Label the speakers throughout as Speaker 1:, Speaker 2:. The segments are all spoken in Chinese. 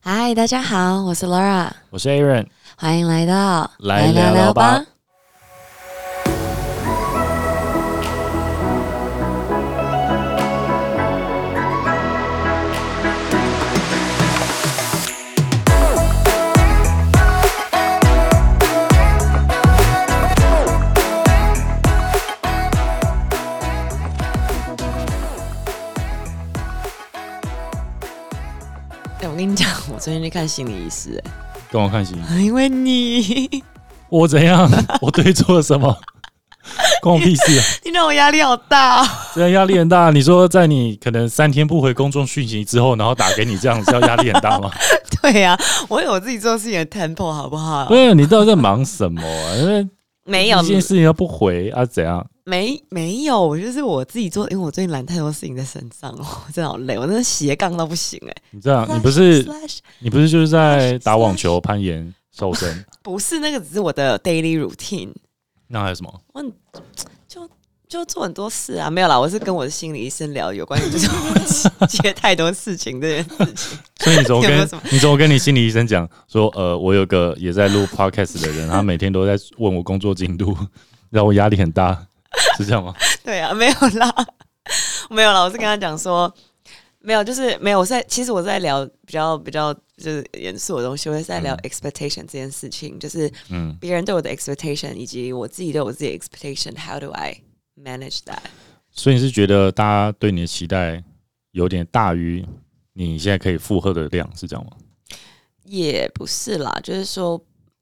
Speaker 1: 嗨，大家好，我是 Laura，
Speaker 2: 我是 Aaron，
Speaker 1: 欢迎来到
Speaker 2: 来聊聊吧。
Speaker 1: 哎我跟你讲，我最近去看心理医师、
Speaker 2: 跟我看心理医生，
Speaker 1: 哎，因为你，
Speaker 2: 我怎样？ 我对错了什么？ 关我屁事啊！
Speaker 1: 你让我压力好大、哦。
Speaker 2: 这样压力很大。你说在你可能三天不回公众讯息之后，然后打给你这样子，叫压力很大 吗？
Speaker 1: 对呀、我有我自己做事情的 tempo 好不好
Speaker 2: 不？是，你到底在忙什么、啊？因为
Speaker 1: 没有
Speaker 2: 一，件事情要不回啊，怎样？
Speaker 1: 没没有，我就是我自己做，因为我最近揽太多事情在身上哦，我真的好累，我真的斜杠到不行哎、
Speaker 2: 你这啊 样，你不是
Speaker 1: Slash-
Speaker 2: 你不是就是在打网球、攀岩、瘦身，
Speaker 1: 不是那个，只是我的 daily routine。
Speaker 2: 那还有什么？
Speaker 1: 我很就就做很多事啊，没有啦，我是跟我的心理医生聊有关于就是我 接太多事情这件事情。
Speaker 2: 所以你总
Speaker 1: 有没有
Speaker 2: 跟
Speaker 1: 什么
Speaker 2: 你总跟你心理医生讲说，呃，我有个也在录 podcast 的人，他每天都在问我工作进度， 让我压力很大，是这样吗？
Speaker 1: 对啊，没有啦，没有啦，我是跟他讲说，没有，就是没有。我是在其实我是在聊比较比较就是严肃的东西，我是在聊 expectation 这件事情，就是
Speaker 2: 嗯，
Speaker 1: 别人对我的 expectation，以及我自己对我自己的 expectation，how do I manage that？
Speaker 2: 所以你是觉得大家对你的期待有点大于你现在可以负荷的量，是这样吗？
Speaker 1: 也不是啦，就是说，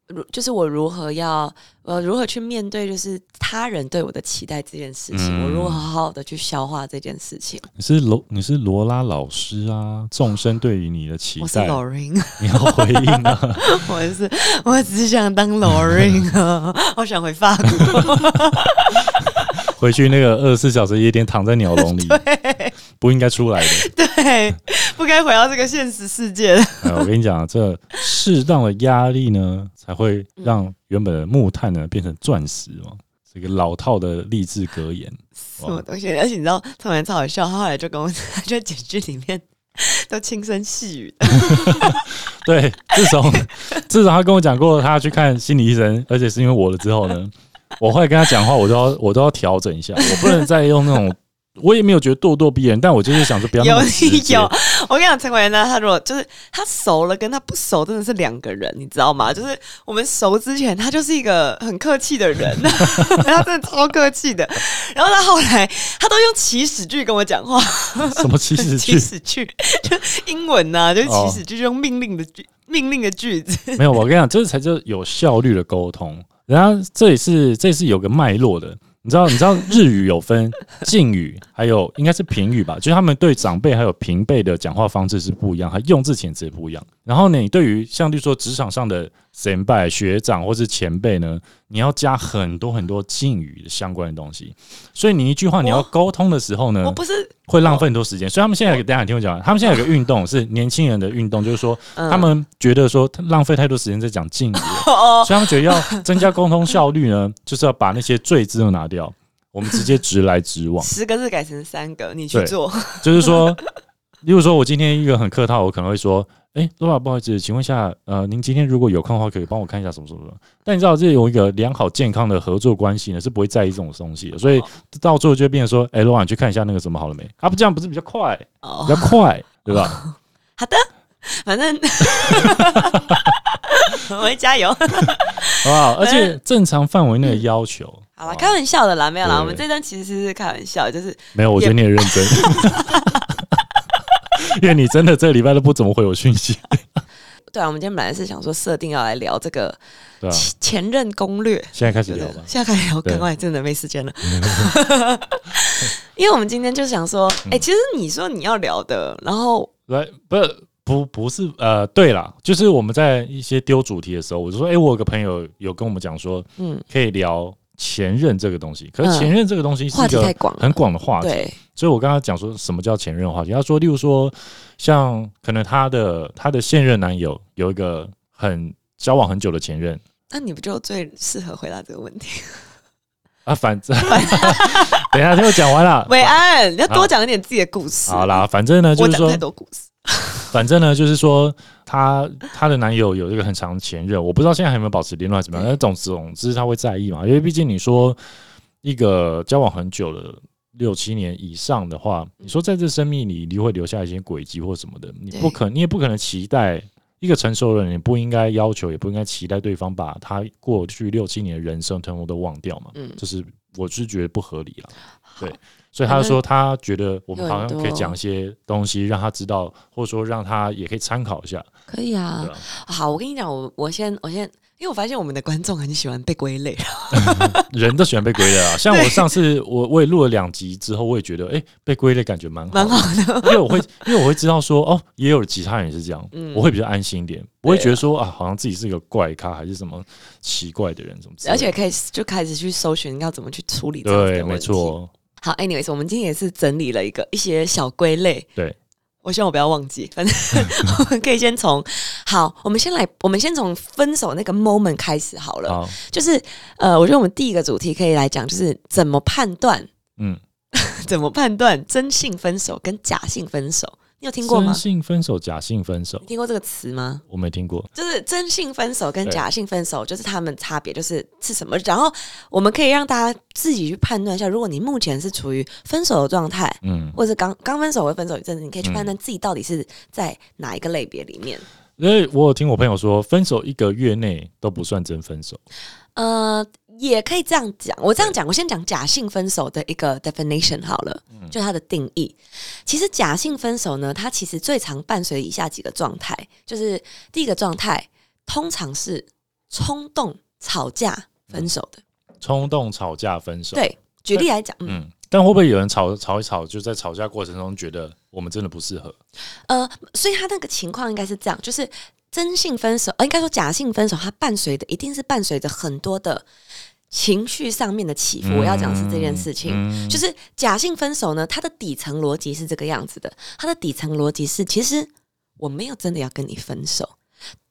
Speaker 1: 如就是我如何要呃如何去面对，就是他人对我的期待这件事情，
Speaker 2: 嗯
Speaker 1: 我如何好好的去消化这件事情。
Speaker 2: 你是罗你是罗拉老师啊，众生对于你的期
Speaker 1: 我是
Speaker 2: 待，
Speaker 1: Lorin，
Speaker 2: 你要回应 啊。
Speaker 1: 我是我只想当 Lorin 啊，我想回法国。
Speaker 2: 回去那个二十四小时夜店躺在 鸟笼里，不应该出来的。
Speaker 1: 对，不该回到这个现实世界的。
Speaker 2: 呃，我跟你讲，这适当的压力呢，才会
Speaker 1: 嗯
Speaker 2: 让原本的木炭呢变成钻石嘛。这个老套的励志格言，
Speaker 1: 什么东西？而且你知道，他们超好笑，他后来就跟我， 他就在简剧里面都轻声细语的。
Speaker 2: 对，自 从自从他跟我讲过他要去看心理医生，而且是因为我了之后呢，我后来跟他讲话，我都要我都要调整一下，我不能再用那种，我也没有觉得咄咄逼人，但我就是想说不要那
Speaker 1: 有
Speaker 2: 么直接。
Speaker 1: 有，我跟你讲，陈伟呢，他如果就是他熟了，跟他不熟真的是两个人，你知道吗？就是我们熟之前，他就是一个很客气的人， 他真的超客气的。然后他后来，他都用起始句跟我讲话，
Speaker 2: 什么起始
Speaker 1: 起
Speaker 2: 句？
Speaker 1: 始句 就英文呐、啊，就是
Speaker 2: 哦
Speaker 1: 起始句，就用命令的句，命令的句子。
Speaker 2: 没有，我跟你讲，这才叫有效率的沟通。然后这也是这也是有个脉络的，你知道，你知道日语有分敬语，还有应该是平语吧，就是他们对长辈还有平辈的讲话方式是不一样，还用字遣词也不一样。然后呢，你对于像例如说职场上的前辈、学长或是前辈呢，你要加很多很多敬语的相关的东西。所以你一句话你要
Speaker 1: 我
Speaker 2: 沟通的时候呢，
Speaker 1: 我不是
Speaker 2: 会浪费很多时间。所以他们现在有个，等一下你听我讲，他们现在有个运动是年轻人的运动，就是说
Speaker 1: 嗯
Speaker 2: 他们觉得说浪费太多时间在讲敬 语了，
Speaker 1: 哦，
Speaker 2: 所以他们觉得要增加沟通效率呢，就是要把那些赘字都拿掉，我们直接直来 直往。
Speaker 1: 十个字改成三个，你去
Speaker 2: 对
Speaker 1: 做。
Speaker 2: 就是说，例如说我今天一个很客套，我可能会说。哎，罗爸，不好意思，请问一下，呃，您今天如果有空的话，可以帮我看一下什么什么什么？但你知道，这有一个良好健康的合作关系呢，是不会在意这种东西的，所以
Speaker 1: 哦
Speaker 2: 到最后就会变成说，哎，罗爸，你去看一下那个什么好了没？啊，不，这样不是比较快，比
Speaker 1: 哦，
Speaker 2: 较快，对吧？
Speaker 1: 好的，反正 我会加油。
Speaker 2: 好不好？而且正常范围内的要求，
Speaker 1: 好了，
Speaker 2: 不
Speaker 1: 开玩笑的啦，没有啦。
Speaker 2: 对
Speaker 1: 我们这段其实是开玩笑，就是
Speaker 2: 没有，我觉得你很认 真，因为你真的这个礼拜都不怎么回我讯息，
Speaker 1: 对啊。我们今天本来是想说设定要来聊这个
Speaker 2: 对啊，
Speaker 1: 前前任攻略，
Speaker 2: 现在开始
Speaker 1: 对
Speaker 2: 聊
Speaker 1: 不
Speaker 2: 吧
Speaker 1: 对。现在开始聊，
Speaker 2: 对
Speaker 1: 赶快，真的没时间了。 因为我们今天就想说，
Speaker 2: 嗯
Speaker 1: 哎、其实你说你要聊的，然后
Speaker 2: 来，不是不不是呃，对啦，就是我们在一些丢主题的时候，我就说，哎、我有个朋友有跟我们讲说，
Speaker 1: 嗯，
Speaker 2: 可以聊前任这个东西，可
Speaker 1: 嗯
Speaker 2: 是前任这个东西是
Speaker 1: 话
Speaker 2: 一
Speaker 1: 题太
Speaker 2: 个
Speaker 1: 广了
Speaker 2: 很，广的话题，
Speaker 1: 对，
Speaker 2: 所以我刚刚讲说什么叫前任的话题，他说，例如说，像可能她的她的现任男友有一个很交往很久的前任。
Speaker 1: 那你不就最适合回答这个问题？
Speaker 2: 啊，反正 等一下听我讲 完了。
Speaker 1: 伟安，你要多讲一点自己的故事。
Speaker 2: 好啦，反正呢，
Speaker 1: 我
Speaker 2: 就是
Speaker 1: 讲太
Speaker 2: 说，
Speaker 1: 多故事。
Speaker 2: 反正呢，就是说，她她的男友有一个很长的前任，我不知道现在还有没有保持联络还是怎么样，但总总之她会在意嘛，因为毕竟你说一个交往很久了。六七年以上的话，
Speaker 1: 嗯
Speaker 2: 你说在这生命里，你会留下一些轨迹或什么的，你
Speaker 1: 对
Speaker 2: 不可，你也不可能期待一个成熟的人，你不应该要求，也不应该期待对方把他过去六七年的人生全部都忘掉嘛。
Speaker 1: 嗯，
Speaker 2: 就是我是觉得不合理了。
Speaker 1: 好
Speaker 2: 对所以他说，他觉得我们好
Speaker 1: 有很多
Speaker 2: 像可以讲一些东西，让他知道，或者说让他也可以参考一下，
Speaker 1: 可以啊
Speaker 2: 对。吧？
Speaker 1: 好，我跟你讲，我我先我先，因为我发现我们的观众很喜欢被归类，
Speaker 2: 人都喜欢被归类 啊，像我上次我我也录了两集之后，我也觉得，哎、被归类感觉蛮好的
Speaker 1: 蛮好的。
Speaker 2: 因为我会，因为我会知道说，哦，也有其他人也是这样，
Speaker 1: 嗯
Speaker 2: 我会比较安心一点，不会觉得说啊，好像自己是一个怪咖还是什么奇怪的人什么之类
Speaker 1: 而
Speaker 2: 的
Speaker 1: 且可以就开始去搜寻要怎么去处理这样子的
Speaker 2: 对，没
Speaker 1: 问题。
Speaker 2: 错，
Speaker 1: 好，anyways，我们今天也是整理了一个一些小归类。
Speaker 2: 对，
Speaker 1: 我希望我不要忘记，反 正我们可以先从好，我们先来，我们先从分手那个 moment 开始好了。
Speaker 2: 好，
Speaker 1: 就是呃，我觉得我们第一个主题可以来讲，就是怎么判断，
Speaker 2: 嗯，
Speaker 1: 怎么判断真性分手跟假性分手。你有听过吗
Speaker 2: 真？性分手、假性分手
Speaker 1: 你，听过这个词吗？
Speaker 2: 我没听过，
Speaker 1: 就是真性分手跟
Speaker 2: 对
Speaker 1: 假性分手，就是他们差别就是是什么？然后我们可以让大家自己去判断一下，如果你目前是处于分手的状态，
Speaker 2: 嗯，
Speaker 1: 或者是刚刚分手或分手一阵子，你可以去
Speaker 2: 嗯
Speaker 1: 判断自己到底是在哪一个类别里面。
Speaker 2: 因为我有听我朋友说，分手一个月内都不算真分手，
Speaker 1: 呃，也可以这样讲。我这样讲，我先讲假性分手的一个 definition 好了，就它的定义。其实假性分手呢，它其实最常伴随以下几个状态，就是第一个状态通常是冲动吵架分手的。
Speaker 2: 冲动吵架分
Speaker 1: 嗯
Speaker 2: 手，
Speaker 1: 对，举例来讲，嗯，
Speaker 2: 嗯，但会不会有人吵吵一吵，就在吵架过程中觉得我们真的不适合？
Speaker 1: 呃，所以他那个情况应该是这样，就是真性分手，呃，应该说假性分手，它伴随的一定是伴随着很多的情绪上面的起伏。我要讲的是这件事情。
Speaker 2: 嗯
Speaker 1: 就是假性分手呢，它的底层逻辑是这个样子的，它的底层逻辑是，其实我没有真的要跟你分手，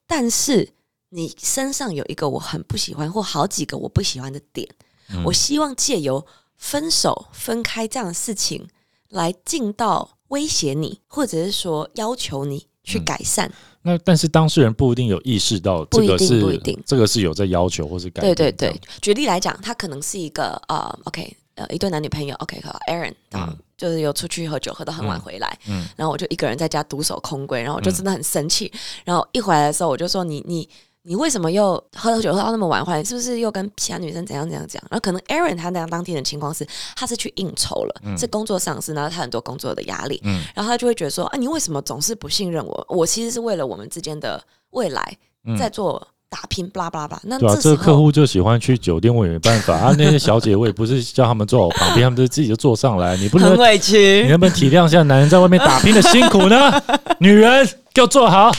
Speaker 1: 但是你身上有一个我很不喜欢，或好几个我不喜欢的点，
Speaker 2: 嗯
Speaker 1: 我希望借由分手、分开这样的事情，来进到威胁你，或者是说要求你去
Speaker 2: 嗯
Speaker 1: 改善。
Speaker 2: 那但是当事人不一定有意识到
Speaker 1: 不
Speaker 2: 这
Speaker 1: 一定
Speaker 2: 个是
Speaker 1: 不一定
Speaker 2: 这个是有在要求或是改
Speaker 1: 对
Speaker 2: 变
Speaker 1: 对
Speaker 2: 这样
Speaker 1: 对，举例来讲，他可能是一个呃，OK，呃，一对男女朋友，OK，和 Aaron，啊、
Speaker 2: 嗯
Speaker 1: 就是有出去喝酒，喝到很晚
Speaker 2: 嗯
Speaker 1: 回来，
Speaker 2: 嗯
Speaker 1: 然后我就一个人在家独守空闺，然后我就
Speaker 2: 嗯
Speaker 1: 真的很生气，然后一回来的时候我就说你你。你为什么又喝酒喝到那么晚回来？你是不是又跟其他女生怎样怎样讲？然后可能 Aaron 他当当天的情况是，他是去应酬了，是工作上司，然后他很多工作的压力，
Speaker 2: 嗯
Speaker 1: 然后他就会觉得说啊，你为什么总是不信任我？我其实是为了我们之间的未来
Speaker 2: 嗯
Speaker 1: 在做打拼，巴拉巴拉巴拉。那
Speaker 2: 对啊，
Speaker 1: 时
Speaker 2: 这
Speaker 1: 候
Speaker 2: 个客户就喜欢去酒店，我也没办 法啊。那些小姐我也不是叫他们坐我旁边，他们就自己就坐上来。你不能
Speaker 1: 很，委
Speaker 2: 你
Speaker 1: 屈。
Speaker 2: 能不能体谅一下男人在外面打拼的辛苦呢？ 女人给我坐好，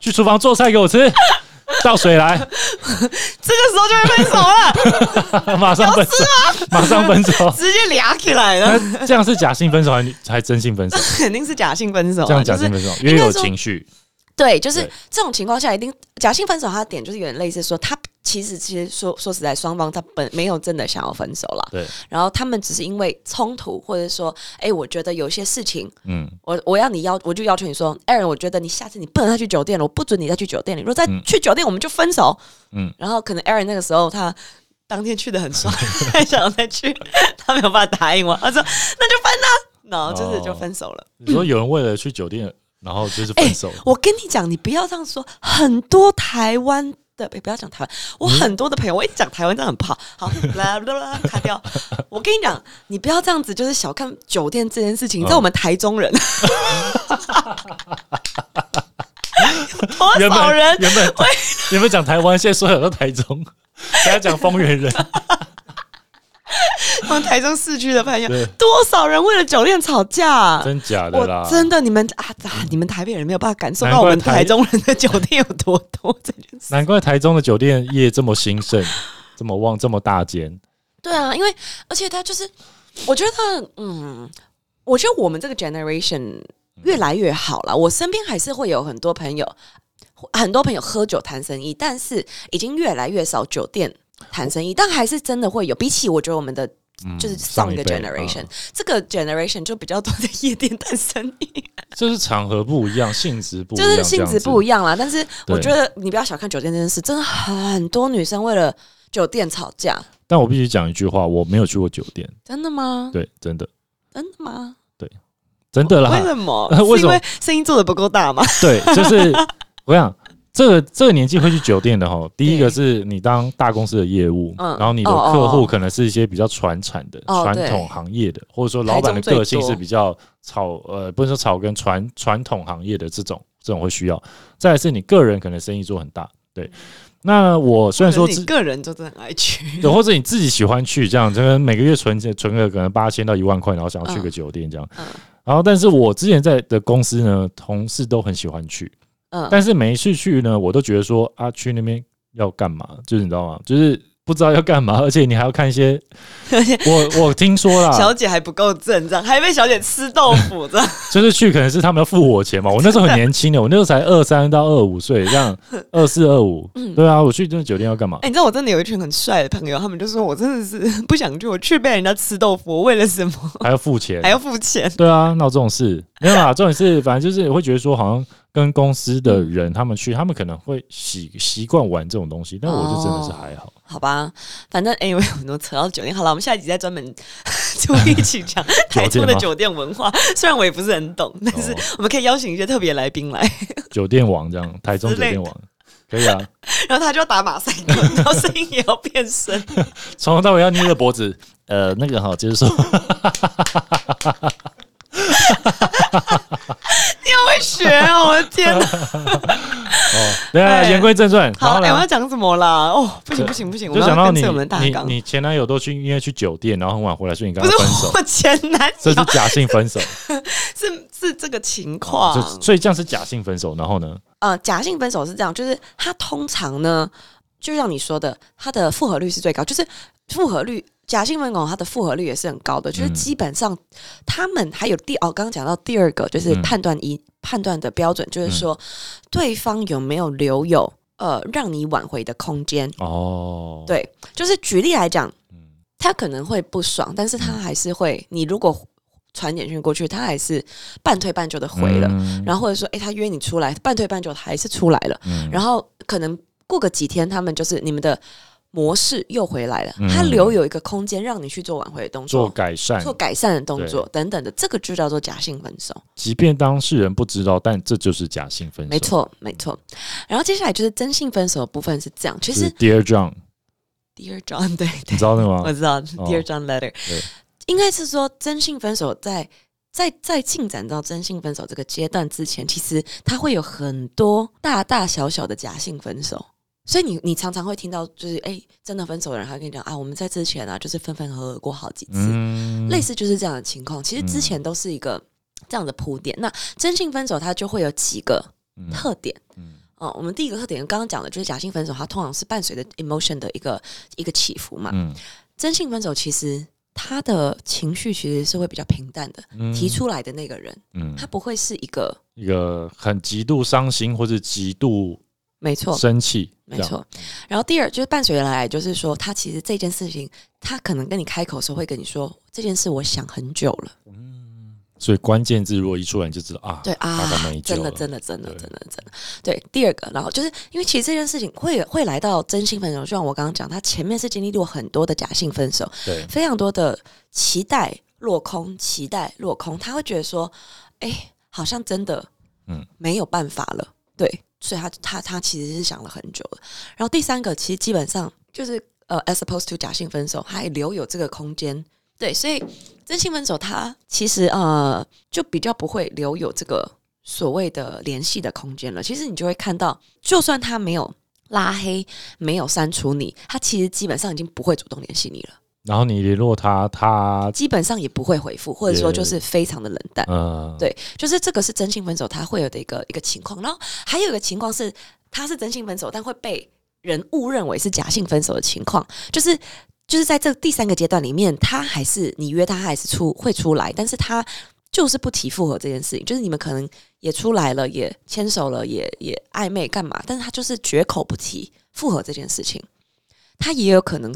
Speaker 2: 去厨房做菜给我吃，倒水来，
Speaker 1: 这个时候就会分手了，
Speaker 2: 马上分手，马上分手。
Speaker 1: 直接俩起来了，
Speaker 2: 那这样是假性分手还是还真性分手？
Speaker 1: 肯定是假性分手、啊。
Speaker 2: 这样假
Speaker 1: 就是
Speaker 2: 性分手，因为
Speaker 1: 应该
Speaker 2: 有
Speaker 1: 说
Speaker 2: 情绪，
Speaker 1: 对，就是
Speaker 2: 对
Speaker 1: 这种情况下，一定假性分手，它的点就是有点类似说，他其实其实说说实在，双方他本没有真的想要分手啦，
Speaker 2: 对，
Speaker 1: 然后他们只是因为冲突，或者说，哎、我觉得有些事情，
Speaker 2: 嗯
Speaker 1: 我我要你要，我就要求你说，Aaron，我觉得你下次你不能再去酒店了，我不准你再去酒店了，如果再
Speaker 2: 嗯
Speaker 1: 去酒店，我们就分手。
Speaker 2: 嗯，
Speaker 1: 然后可能 Aaron 那个时候他。当天去的很 爽，还想要再去，他没有办法答应我。他说：“那就分啦、然后就是就
Speaker 2: 哦
Speaker 1: 分手了。
Speaker 2: 你说有人为了去酒店，然后就是分手，
Speaker 1: 我跟你讲，你不要这样说。很多台湾的，诶不要讲台湾，我很多的朋友，我一讲台湾这样很不好。好，啦啦啦，卡掉。我跟你讲，你不要这样子，就是小看酒店这件事情。你知道
Speaker 2: 嗯
Speaker 1: 我们台中人，多
Speaker 2: 原本
Speaker 1: 少人？
Speaker 2: 原本原本讲台湾，现在说有到台中，还要讲丰 原人，
Speaker 1: 我们台中市区的朋友
Speaker 2: 对，
Speaker 1: 多少人为了酒店吵架、
Speaker 2: 真假的啦
Speaker 1: 我？真的，你们啊啊，你们台北人没有办法感受
Speaker 2: 难
Speaker 1: 到我
Speaker 2: 怪
Speaker 1: 们
Speaker 2: 台
Speaker 1: 台中人的酒店有多多这件事。
Speaker 2: 难怪台中的酒店业这么兴盛，这么旺，这么大间。
Speaker 1: 对啊，因为而且他就是，我觉得，嗯，我觉得我们这个 generation 越来越好了。我身边还是会有很多朋友，很多朋友喝酒谈生意，但是已经越来越少酒店谈生意，但还是真的会有。比起我觉得我们的
Speaker 2: 嗯
Speaker 1: 就是上一个
Speaker 2: 辈
Speaker 1: generation，、
Speaker 2: 嗯
Speaker 1: 这个 generation 就比较多在夜店诞生 意，
Speaker 2: 就是场合不一样，性质不一
Speaker 1: 就
Speaker 2: 样，
Speaker 1: 是性质不
Speaker 2: 一
Speaker 1: 一样啦。但是我
Speaker 2: 对
Speaker 1: 觉得你不要小看酒店这件事，真的很多女生为了酒店吵架，
Speaker 2: 样。但我必须讲一句话，我没有去过酒店，
Speaker 1: 真的吗？
Speaker 2: 对，真的，
Speaker 1: 真的吗？
Speaker 2: 真的
Speaker 1: 为
Speaker 2: 啦，
Speaker 1: 什么？
Speaker 2: 呃 为
Speaker 1: 是
Speaker 2: 什
Speaker 1: 因
Speaker 2: 么
Speaker 1: 为声音做的不够大吗？
Speaker 2: 对，就是我想。这个这个年纪会去酒店的哈，第一个
Speaker 1: 对
Speaker 2: 是你当大公司的业务，
Speaker 1: 嗯
Speaker 2: 然后你的
Speaker 1: 哦哦
Speaker 2: 客
Speaker 1: 哦
Speaker 2: 户可能是一些比较传产的、
Speaker 1: 哦
Speaker 2: 传
Speaker 1: 对
Speaker 2: 统行业的，或者说老板的
Speaker 1: 台中最
Speaker 2: 个性是
Speaker 1: 多
Speaker 2: 比较草呃，不是说草根传传统行业的这种这种会需要。再来是你个人可能生意做很大，对。那我虽然说
Speaker 1: 可是
Speaker 2: 之
Speaker 1: 你个人就真的很爱去，
Speaker 2: 对，或者你自己喜欢去这样，这个每个月存钱存个可能八千到一万块，然后想要去个酒店这样。
Speaker 1: 嗯
Speaker 2: 然后，但是我之前在的公司呢，同事都很喜欢去，
Speaker 1: 嗯，
Speaker 2: 但是每一次去呢，我都觉得说啊，去那边要干嘛？就是你知道吗？就是不知道要干嘛， 而且你还要看一些， 我我听说啦
Speaker 1: 小，姐还不够正，这样还被小姐吃豆腐，这样
Speaker 2: 就是去可能是他们要付 我钱嘛。我那时候很年轻的，我那时候才二三到二五岁，这样二四二五，对啊，我去那酒店要干嘛
Speaker 1: 嗯哎、？你知道我真的有一群很帅的朋友，他们就说我真的是不想去，我去被人家吃豆腐，我为了什么
Speaker 2: 还要付钱，
Speaker 1: 还要付钱？
Speaker 2: 对啊，闹这种事没 有啦，重点是反正就是我会觉得说，好像跟公司的
Speaker 1: 嗯
Speaker 2: 人他们去，他们可能会习习惯玩这种东西，但我就真的
Speaker 1: 哦
Speaker 2: 是还好。
Speaker 1: 好吧，反正 anyway，我们都扯到酒店好了，我们下一集再专门 就一起 讲台中的
Speaker 2: 吗
Speaker 1: 酒店文化。虽然我也不是很懂，但是
Speaker 2: 哦
Speaker 1: 我们可以邀请一些特别来宾来，
Speaker 2: 酒店王这样，台中酒店王可以啊，
Speaker 1: 然后他就要打马赛 克，然后声音也要变声。
Speaker 2: 从头到尾要捏着脖子。 呃，那个哈，就是 说，
Speaker 1: 你很会学啊！我的天哪！
Speaker 2: 哦，对啊，
Speaker 1: 哎
Speaker 2: 言归正传，然
Speaker 1: 好，
Speaker 2: 后
Speaker 1: 哎、我要
Speaker 2: 呢，
Speaker 1: 讲什么啦？哦，不行
Speaker 2: 就
Speaker 1: 不行不行，我
Speaker 2: 就
Speaker 1: 们
Speaker 2: 讲
Speaker 1: 要
Speaker 2: 到
Speaker 1: 跟
Speaker 2: 你
Speaker 1: 随我们的大纲。
Speaker 2: 你你前男友都去因为去酒店，然后很晚回来，所以你跟
Speaker 1: 不
Speaker 2: 他
Speaker 1: 是
Speaker 2: 分手，
Speaker 1: 我前男
Speaker 2: 这是
Speaker 1: 友，
Speaker 2: 假性分手，
Speaker 1: 是是这个情况。
Speaker 2: 就所以这样是假性分手。然后呢，
Speaker 1: 呃，假性分手是这样，就是他通常呢，就像你说的，他的复合率是最高，就是复合率。假性分手，它的复合率也是很高的，就是
Speaker 2: 嗯
Speaker 1: 基本上他们还有第哦，刚刚讲到第二个就是
Speaker 2: 嗯
Speaker 1: 判断一、判断的标准，就是说对方有没有留有呃让你挽回的空间。
Speaker 2: 哦，
Speaker 1: 对就是举例来讲，
Speaker 2: 嗯，
Speaker 1: 他可能会不爽，但是他还是会，你如果传简讯过去，他还是半推半就的回了。
Speaker 2: 嗯
Speaker 1: 然后或者说，哎、他约你出来，半推半就还是出来了。
Speaker 2: 嗯
Speaker 1: 然后可能过个几天，他们就是你们的模式又回来了，
Speaker 2: 嗯
Speaker 1: 他留有一个空间让你去做挽回的动
Speaker 2: 做
Speaker 1: 作。
Speaker 2: 改善，
Speaker 1: 做改善的动作等等的，这个就叫做假性分手。
Speaker 2: 即便当事人不知道，但这就是假性分手。
Speaker 1: 没，错，没错。然后接下来就是真性分手的部分是这样，其
Speaker 2: 是
Speaker 1: 实
Speaker 2: Dear John，
Speaker 1: 第二章对
Speaker 2: 你知道那个
Speaker 1: 我
Speaker 2: 吗？
Speaker 1: 知道第二张 letter，、
Speaker 2: 哦对
Speaker 1: 应该是说真性分手在在在进展到真性分手这个阶段之前，其实它会有很多大大小小的假性分手。所以你你常常会听到，就是哎、真的分手的人，他跟你讲啊，我们在之前啊，就是分分合合过好几次，
Speaker 2: 嗯
Speaker 1: 类似就是这样的情况。其实之前都是一个这样的铺垫。那真性分手它就会有几个
Speaker 2: 嗯
Speaker 1: 特点，
Speaker 2: 嗯
Speaker 1: 哦，我们第一个特点刚刚讲的就是假性分手，它通常是伴随着 emotion 的一个一个起伏嘛。
Speaker 2: 嗯
Speaker 1: 真性分手其实他的情绪其实是会比较平淡的，
Speaker 2: 嗯
Speaker 1: 提出来的那个人
Speaker 2: 嗯
Speaker 1: 他不会是一个
Speaker 2: 一个很极度伤心或是极度
Speaker 1: 没错。
Speaker 2: 生气，
Speaker 1: 没
Speaker 2: 这样，
Speaker 1: 错，然后第二就是伴随而来，就是说他其实这件事情，他可能跟你开口的时候会跟你说这件事我想很久了，
Speaker 2: 所以关键字如果一出来你就知道啊，
Speaker 1: 对啊
Speaker 2: 大概没，救
Speaker 1: 真的
Speaker 2: 了，
Speaker 1: 真的真的
Speaker 2: 对
Speaker 1: 真的真的，对。第二个，然后就是因为其实这件事情会会来到真性分手，就像我刚刚讲，他前面是经历过很多的假性分手，
Speaker 2: 对，
Speaker 1: 非常多的期待落空，期待落空，他会觉得说，哎、好像真的，嗯
Speaker 2: 嗯，
Speaker 1: 没有办法了，对，所以他他他其实是想了很久了。然后第三个，其实基本上就是呃，as opposed to 假性分手，还留有这个空间，对，所以真性分手它其实呃就比较不会留有这个所谓的联系的空间了。其实你就会看到，就算他没有。拉黑没有删除你，他其实基本上已经不会主动联系你了。
Speaker 2: 然后你联络他，他
Speaker 1: 基本上也不会回复，或者说
Speaker 2: 也
Speaker 1: 就是非常的冷淡。
Speaker 2: 呃，
Speaker 1: 对，就是这个是真性分手，它会有的一个一个情况。然后还有一个情况是，他是真性分手，但会被人误认为是假性分手的情况，就是就是在这第三个阶段里面，他还是你约他，他还是出会出来，但是他就是不提复合这件事情，就是你们可能也出来了，也牵手了，也也暧昧干嘛，但是他就是绝口不提复合这件事情，他也有可能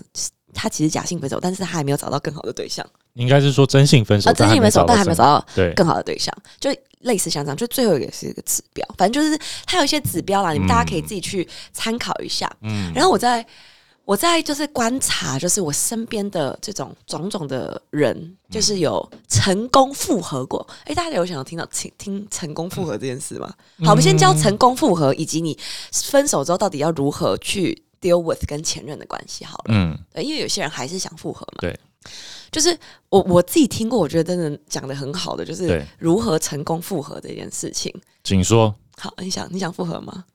Speaker 1: 他其实假性分手，但是他还没有找到更好的对象，
Speaker 2: 应该是说真性分手，
Speaker 1: 啊，真性分手，但还没有找
Speaker 2: 到
Speaker 1: 到
Speaker 2: 真。对，
Speaker 1: 更好的对象，就类似像这样，就最后也是一个指标，反正就是它有一些指标啦，你们大家可以自己去参考一下。
Speaker 2: 嗯，
Speaker 1: 然后我在我在就是观察，就是我身边的这种种种的人，就是有成功复合过。哎、大家有想要听到听听成功复合这件事吗？好，我们先教成功复合，以及你分手之后到底要如何去 deal with 跟前任的关系好了。
Speaker 2: 嗯，
Speaker 1: 对，因为有些人还是想复合嘛。
Speaker 2: 对，
Speaker 1: 就是我我自己听过，我觉得真的讲的很好的，就是
Speaker 2: 对
Speaker 1: 如何成功复合这件事情。
Speaker 2: 请说。
Speaker 1: 好，你想你想复合吗？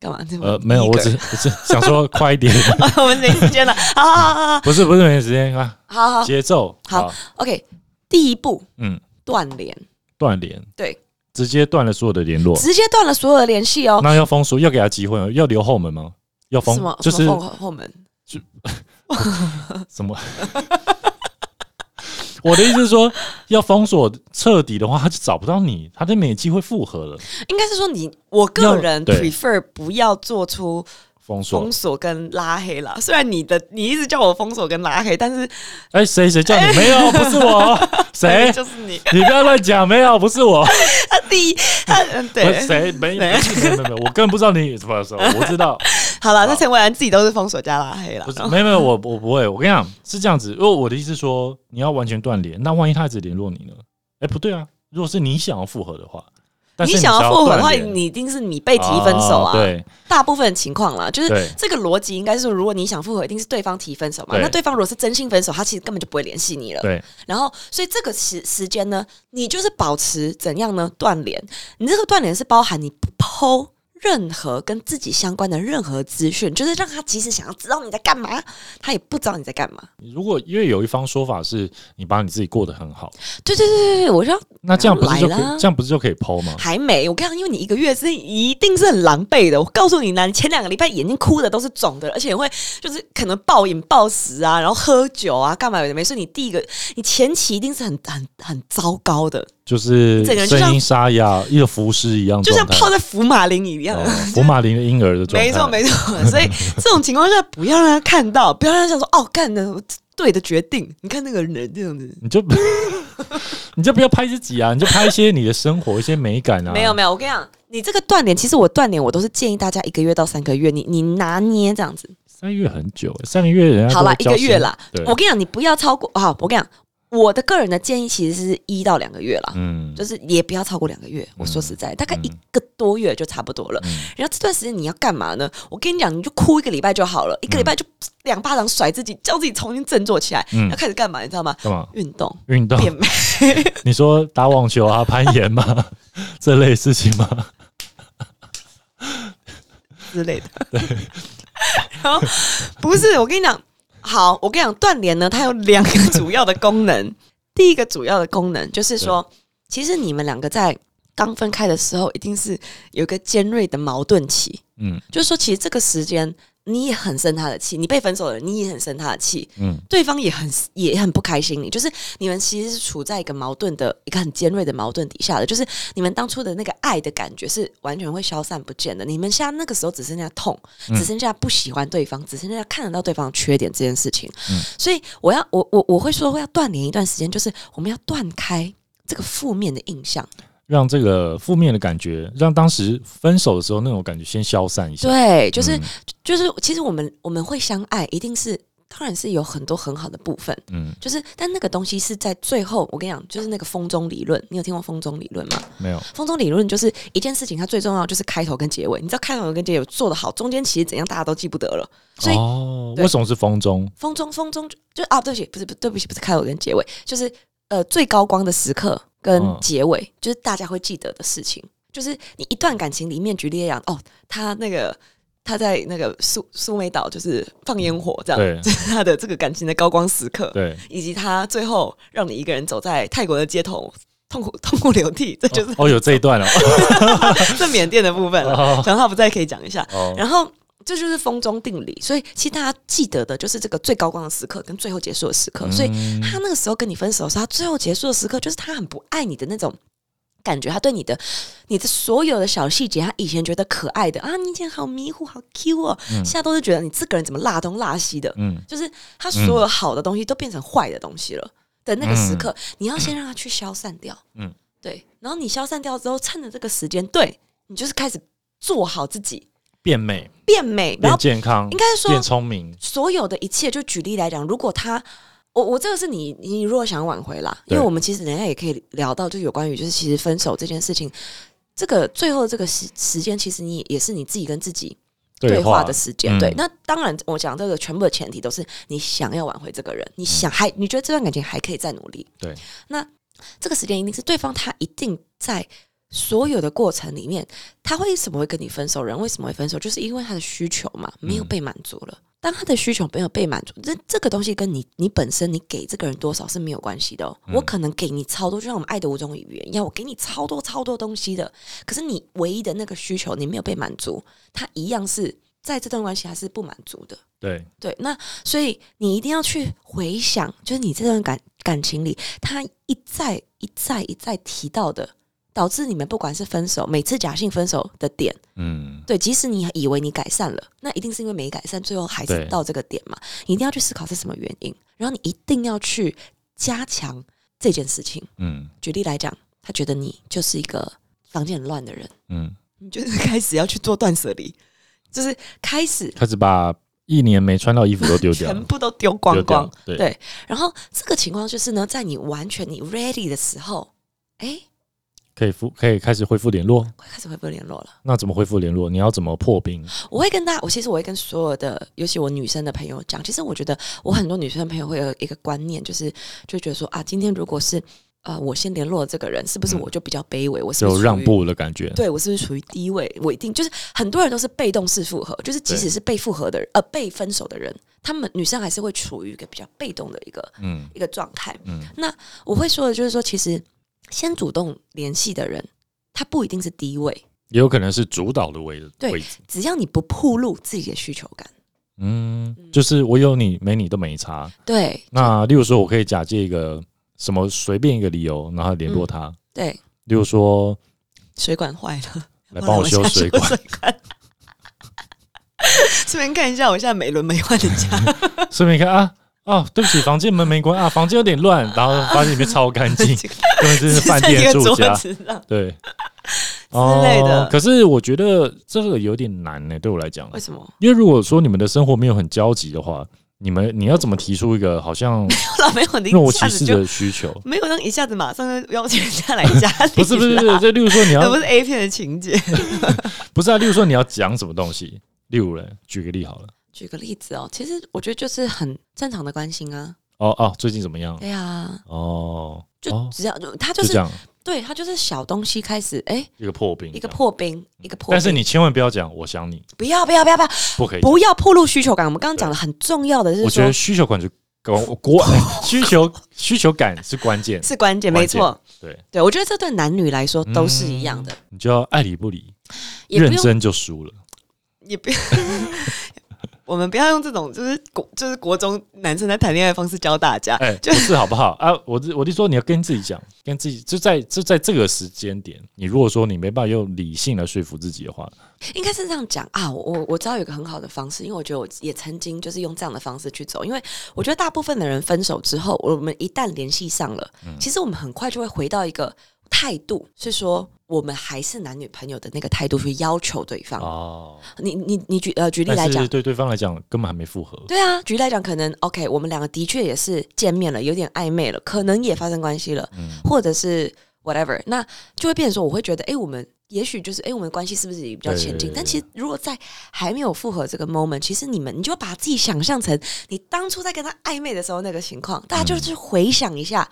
Speaker 1: 干嘛？这么
Speaker 2: 呃，没有，我
Speaker 1: eager？
Speaker 2: 只我只 想说快一 点，
Speaker 1: 我们没时间了。好好好好
Speaker 2: 不是不是没时间啊，
Speaker 1: 好好好
Speaker 2: 节奏
Speaker 1: 好，，OK。第一步
Speaker 2: 嗯，
Speaker 1: 断联，
Speaker 2: 断联，
Speaker 1: 对，
Speaker 2: 直接断了所有的联络，
Speaker 1: 直接断了所有的联系哦。
Speaker 2: 那要封锁，要给他机会哦，要留后门吗？要封
Speaker 1: 什么
Speaker 2: 就是
Speaker 1: 什么后后门？
Speaker 2: 什么？ 我的意思是说，要封锁彻底的话，他就找不到你，他就没有机会复合了。
Speaker 1: 应该是说你，我个
Speaker 2: 要
Speaker 1: 人
Speaker 2: 对
Speaker 1: prefer 不要做出
Speaker 2: 封锁
Speaker 1: 封，锁跟拉黑啦。虽然你的你一直叫我封锁跟拉黑，但是？
Speaker 2: 哎，谁谁叫你？没有，不是我，谁
Speaker 1: 呃哎就是你。
Speaker 2: 你不要乱讲，没有，不是我，
Speaker 1: 他第一，他嗯
Speaker 2: 不
Speaker 1: 对
Speaker 2: 是，谁？没，
Speaker 1: 对
Speaker 2: 没事没有，没有，我根本不知道你什么时候，我 知道，
Speaker 1: 好了，那陈伟安自己都是封锁加拉黑了
Speaker 2: 不。是，没有，没有，我我不会，我跟你讲是这样子，因为我的意思是说，你要完全断联，那万一他一直联络你呢？哎，不对啊，如果是你想要复合的话，但是
Speaker 1: 你想
Speaker 2: 只
Speaker 1: 要复合的话，
Speaker 2: 断联
Speaker 1: 你一定是你被提分手啊。
Speaker 2: 哦对，
Speaker 1: 大部分情况啦，就是
Speaker 2: 对
Speaker 1: 这个逻辑应该是说，如果你想复合，一定是对方提分手嘛。
Speaker 2: 对
Speaker 1: 那对方如果是真心分手，他其实根本就不会联系你了。
Speaker 2: 对，
Speaker 1: 然后，所以这个时时间呢，你就是保持怎样呢？断联。你这个断联是包含你不剖任何跟自己相关的任何资讯，就是让他即使想要知道你在干嘛，他也不知道你在干嘛。
Speaker 2: 如果因为有一方说法是你把你自己过得很好，
Speaker 1: 对对对对对，我知道
Speaker 2: 那这样不是就可
Speaker 1: 来啦
Speaker 2: 以这样不是就可以剖吗？
Speaker 1: 还没，我跟你讲，因为你一个月之内一定是很狼狈的。我告诉你呢，你前两个礼拜眼睛哭的都是肿的，而且会就是可能暴饮暴食啊，然后喝酒啊，干嘛有的没事。你第一个，你前期一定是很 很很糟糕的，
Speaker 2: 就是
Speaker 1: 整个人就像
Speaker 2: 声音沙哑，一个浮尸一样
Speaker 1: 就
Speaker 2: 状
Speaker 1: 像
Speaker 2: 态，
Speaker 1: 泡在福马林一样。
Speaker 2: 哦福马林的婴儿的状态，
Speaker 1: 没错，没错。所以这种情况下，不要让他看到，不要让他想说哦，干的对的决定。你看那个人这样子。
Speaker 2: 你就 你就不要拍自己啊，你就拍一些你的生活，一些美感啊。
Speaker 1: 没有没有，我跟你讲，你这个断联，其实我断联，我都是建议大家一个月到三个月，你你拿捏这样子。
Speaker 2: 三月很久，三个月人家
Speaker 1: 好啦
Speaker 2: 了，
Speaker 1: 一个月啦。
Speaker 2: 对
Speaker 1: 我跟你讲，你不要超过啊！我跟你讲，我的个人的建议其实是一到两个月啦，
Speaker 2: 嗯，
Speaker 1: 就是也不要超过两个月。我说实在，大概一个多月就差不多了。
Speaker 2: 嗯
Speaker 1: 然后这段时间你要干嘛呢？我跟你讲，你就哭一个礼拜就好了，一个礼拜就两巴掌甩自己，叫自己重新振作起来。
Speaker 2: 嗯
Speaker 1: 要开始干嘛？你知道吗？
Speaker 2: 干嘛？
Speaker 1: 运动、
Speaker 2: 运动？
Speaker 1: 变美。
Speaker 2: 你说打网球啊、攀岩吗？这类事情吗？
Speaker 1: 之类的。 然后不是，我跟你讲，好，我跟你讲，断联呢，它有两个主要的功能。第一个主要的功能就是说，其实你们两个在刚分开的时候，一定是有一个尖锐的矛盾期，
Speaker 2: 嗯
Speaker 1: 就是说，其实这个时间你也很生他的气，你被分手了，你也很生他的气，
Speaker 2: 嗯，
Speaker 1: 对方也很也很不开心，你就是你们其实是处在一个矛盾的一个很尖锐的矛盾底下的，就是你们当初的那个爱的感觉是完全会消散不见的。你们现在那个时候只剩下痛，只剩下不喜欢对方，只剩下看得到对方的缺点这件事情。所以我要我我我会说要断联一段时间，就是我们要断开这个负面的印象。
Speaker 2: 让这个负面的感觉，让当时分手的时候那种感觉先消散一下。
Speaker 1: 对，就是、
Speaker 2: 嗯
Speaker 1: 就是，其实我们我们会相爱，一定是当然是有很多很好的部分。
Speaker 2: 嗯，
Speaker 1: 就是，但那个东西是在最后，我跟你讲，就是那个风中理论，你有听过风中理论吗？
Speaker 2: 没有。
Speaker 1: 风中理论就是一件事情，它最重要就是开头跟结尾。你知道开头跟结尾做得好，中间其实怎样大家都记不得了。所以
Speaker 2: 哦，
Speaker 1: 对
Speaker 2: 为什么是风中？
Speaker 1: 风中风中就就啊，对不起，不是不对不起，不是开头跟结尾，就是呃最高光的时刻跟
Speaker 2: 嗯
Speaker 1: 结尾，就是大家会记得的事情。就是你一段感情里面，举例来讲，哦，他那个他在那个苏苏梅岛就是放烟火这样，
Speaker 2: 对
Speaker 1: 这是 他的这个感情的高光时刻。
Speaker 2: 对，
Speaker 1: 以及他最后让你一个人走在泰国的街头，痛苦痛哭流涕，这 就是、
Speaker 2: 哦，有这一 段了。
Speaker 1: 这缅甸的部分了。
Speaker 2: 哦
Speaker 1: 想到他不在可以讲一下，
Speaker 2: 哦，
Speaker 1: 然后。这就是风中定理，所以其实大家记得的就是这个最高光的时刻跟最后结束的时刻。所以
Speaker 2: 嗯
Speaker 1: 他那个时候跟你分手的时候，他最后结束的时刻就是他很不爱你的那种感觉他对你的你的所有的小细节，他以前觉得可爱的啊，你以前好迷糊，好 Q 哦，现在都是觉得你这个人怎么辣东辣西的，
Speaker 2: 嗯，
Speaker 1: 就是他所有好的东西都变成坏的东西了的那个时刻，你要先让他去消散掉，嗯
Speaker 2: 嗯，
Speaker 1: 对，然后你消散掉之后，趁着这个时间，对你就是开始做好自己，
Speaker 2: 变美、
Speaker 1: 变美，然
Speaker 2: 变
Speaker 1: 后
Speaker 2: 健康，
Speaker 1: 应该是说
Speaker 2: 变聪明，
Speaker 1: 所有的一切，就举例来讲，如果他，我我这个是你，你如果想挽回啦，因
Speaker 2: 对
Speaker 1: 为我们其实等一下也可以聊到，就有关于就是其实分手这件事情，这个最后这个时时间，其实你也是你自己跟自己对话
Speaker 2: 话
Speaker 1: 的时间。
Speaker 2: 嗯
Speaker 1: 对，那当然我讲这个全部的前提都是你想要挽回这个人，你想还你觉得这段感情还可以再努力，
Speaker 2: 对，
Speaker 1: 那这个时间一定是对方他一定在。所有的过程里面，他为什么会跟你分手？人为什么会分手？就是因为他的需求嘛，没有被满足了。当他的需求没有被满足，这这个东西跟你你本身你给这个人多少是没有关系的哦、我可能给你超多，就像我们爱的五种语言一样，我给你超多超多东西的，可是你唯一的那个需求你没有被满足，他一样是在这段关系还是不满足的。
Speaker 2: 对，
Speaker 1: 对，那所以你一定要去回想，就是你这段感感情里，他一再一再一再提到的，导致你们不管是分手，每次假性分手的点，
Speaker 2: 嗯，
Speaker 1: 对，即使你以为你改善了，那一定是因为没改善，最后还是
Speaker 2: 对
Speaker 1: 到这个点嘛。你一定要去思考是什么原因，然后你一定要去加强这件事情。
Speaker 2: 嗯，
Speaker 1: 举例来讲，他觉得你就是一个房间很乱的人，
Speaker 2: 嗯，
Speaker 1: 你就是开始要去做断舍离，就是开始
Speaker 2: 开始把一年没穿到衣服都丢掉，
Speaker 1: 全部都丢光
Speaker 2: 丢
Speaker 1: 光
Speaker 2: 掉。，对，
Speaker 1: 对，然后这个情况就是呢，在你完全你 ready 的时候，哎，
Speaker 2: 可以复可以开始恢复联络。
Speaker 1: 快开始恢复联络了。
Speaker 2: 那怎么恢复联络？你要怎么破冰？
Speaker 1: 我会跟大家，我其实我会跟所有的，尤其我女生的朋友讲，其实我觉得我很多女生朋友会有一个观念，就是就觉得说啊，今天如果是呃我先联络了这个人，是不是
Speaker 2: 嗯
Speaker 1: 我就比较卑微？我是不是
Speaker 2: 就
Speaker 1: 属
Speaker 2: 让
Speaker 1: 于
Speaker 2: 步的感觉。
Speaker 1: 对我是不是属于低位？我一定就是很多人都是被动式复合，就是即使是被复合的人，呃，被分手的人，他们女生还是会处于一个比较被动的一个
Speaker 2: 嗯
Speaker 1: 一个状态。
Speaker 2: 嗯
Speaker 1: 那我会说的就是说，其实先主动联系的人，他不一定是低位，
Speaker 2: 也有可能是主导的位
Speaker 1: 对
Speaker 2: 位置。
Speaker 1: 只要你不暴露自己的需求感，
Speaker 2: 嗯，就是我有你没你都没差。
Speaker 1: 对
Speaker 2: 那例如说，我可以假借一个什么随便一个理由，然后联络他。
Speaker 1: 对，
Speaker 2: 例如说，
Speaker 1: 水管坏了，
Speaker 2: 来帮我修水管。
Speaker 1: 顺便看一下我现在美轮美奂的家，
Speaker 2: 顺便看啊啊，对不起，房间门没关啊，房间有点乱，然后发现里面超干 净，根本就是饭
Speaker 1: 在一个
Speaker 2: 店住
Speaker 1: 桌
Speaker 2: 家。
Speaker 1: 子上，
Speaker 2: 对，
Speaker 1: 类的
Speaker 2: 哦可是我觉得这个有点难呢、对我来讲
Speaker 1: 为，什 么？
Speaker 2: 因为如果说你们的生活没有很交集的话，你们你要怎么提出一个 好像
Speaker 1: 后来没有，你
Speaker 2: 若无
Speaker 1: 一
Speaker 2: 其
Speaker 1: 下子
Speaker 2: 事
Speaker 1: 就
Speaker 2: 的需 求？
Speaker 1: 没有，让一下子马上就邀请人家来家里啦，
Speaker 2: 不是不是不是，
Speaker 1: 这
Speaker 2: 就例如说你要
Speaker 1: 不是 A 片的情节。
Speaker 2: 不是啊，例如说你要讲什么东西，例如嘞，举个例好了。
Speaker 1: 举个例子哦，其实我觉得就是很正常的关心啊，
Speaker 2: 哦哦，最近怎么样？
Speaker 1: 对啊，
Speaker 2: 哦，
Speaker 1: 就
Speaker 2: 哦
Speaker 1: 只要就他就
Speaker 2: 就是这样
Speaker 1: 对他就是小东西开始，哎、
Speaker 2: 一个破冰，
Speaker 1: 一个
Speaker 2: 这样。
Speaker 1: 破冰，一个破冰。
Speaker 2: 嗯但是你千万不要讲我想你，
Speaker 1: 不要不要不要不要
Speaker 2: 不可以。
Speaker 1: 不要暴露需求感。我们刚刚讲的很重要的是
Speaker 2: 我觉
Speaker 1: 说
Speaker 2: 得，需求感觉 关关需求需求感是关键，
Speaker 1: 是关键，
Speaker 2: 关
Speaker 1: 没
Speaker 2: 键
Speaker 1: 错。
Speaker 2: 对，
Speaker 1: 对我觉得这对男女来说都是一样的，
Speaker 2: 你就要爱理不理，
Speaker 1: 也不
Speaker 2: 嗯认
Speaker 1: 用
Speaker 2: 真就输 了。
Speaker 1: 也不。 我们不要用这种就是国就是国中男生在谈恋爱的方式教大家，
Speaker 2: 哎、
Speaker 1: 就
Speaker 2: 不是好不好啊？我就我就说你要跟自己讲，跟自己就在就在这个时间点，你如果说你没办法用理性来说服自己的话，
Speaker 1: 应该是这样讲啊。我我我知道有一个很好的方式，因为我觉得我也曾经就是用这样的方式去走，因为我觉得大部分的人分手之后，我们一旦联系上了，
Speaker 2: 嗯
Speaker 1: 其实我们很快就会回到一个态度，是说我们还是男女朋友的那个态度去要求对方。
Speaker 2: 哦，
Speaker 1: 你你你举呃举例来
Speaker 2: 但
Speaker 1: 讲
Speaker 2: 是，对对方来讲根本还没复合，
Speaker 1: 对啊，举例来讲，可能 OK，我们两个的确也是见面了，有点暧昧了，可能也发生关系了，
Speaker 2: 嗯
Speaker 1: 或者是 whatever，那就会变成说，我会觉得，哎，我们也许就是，哎，我们关系是不是也比较
Speaker 2: 对
Speaker 1: 前进？
Speaker 2: 对
Speaker 1: 但
Speaker 2: 对
Speaker 1: 其实如果在还没有复合这个 moment，其实你们你就把自己想象成你当初在跟他暧昧的时候那个情况，大家就
Speaker 2: 嗯
Speaker 1: 去回想一下。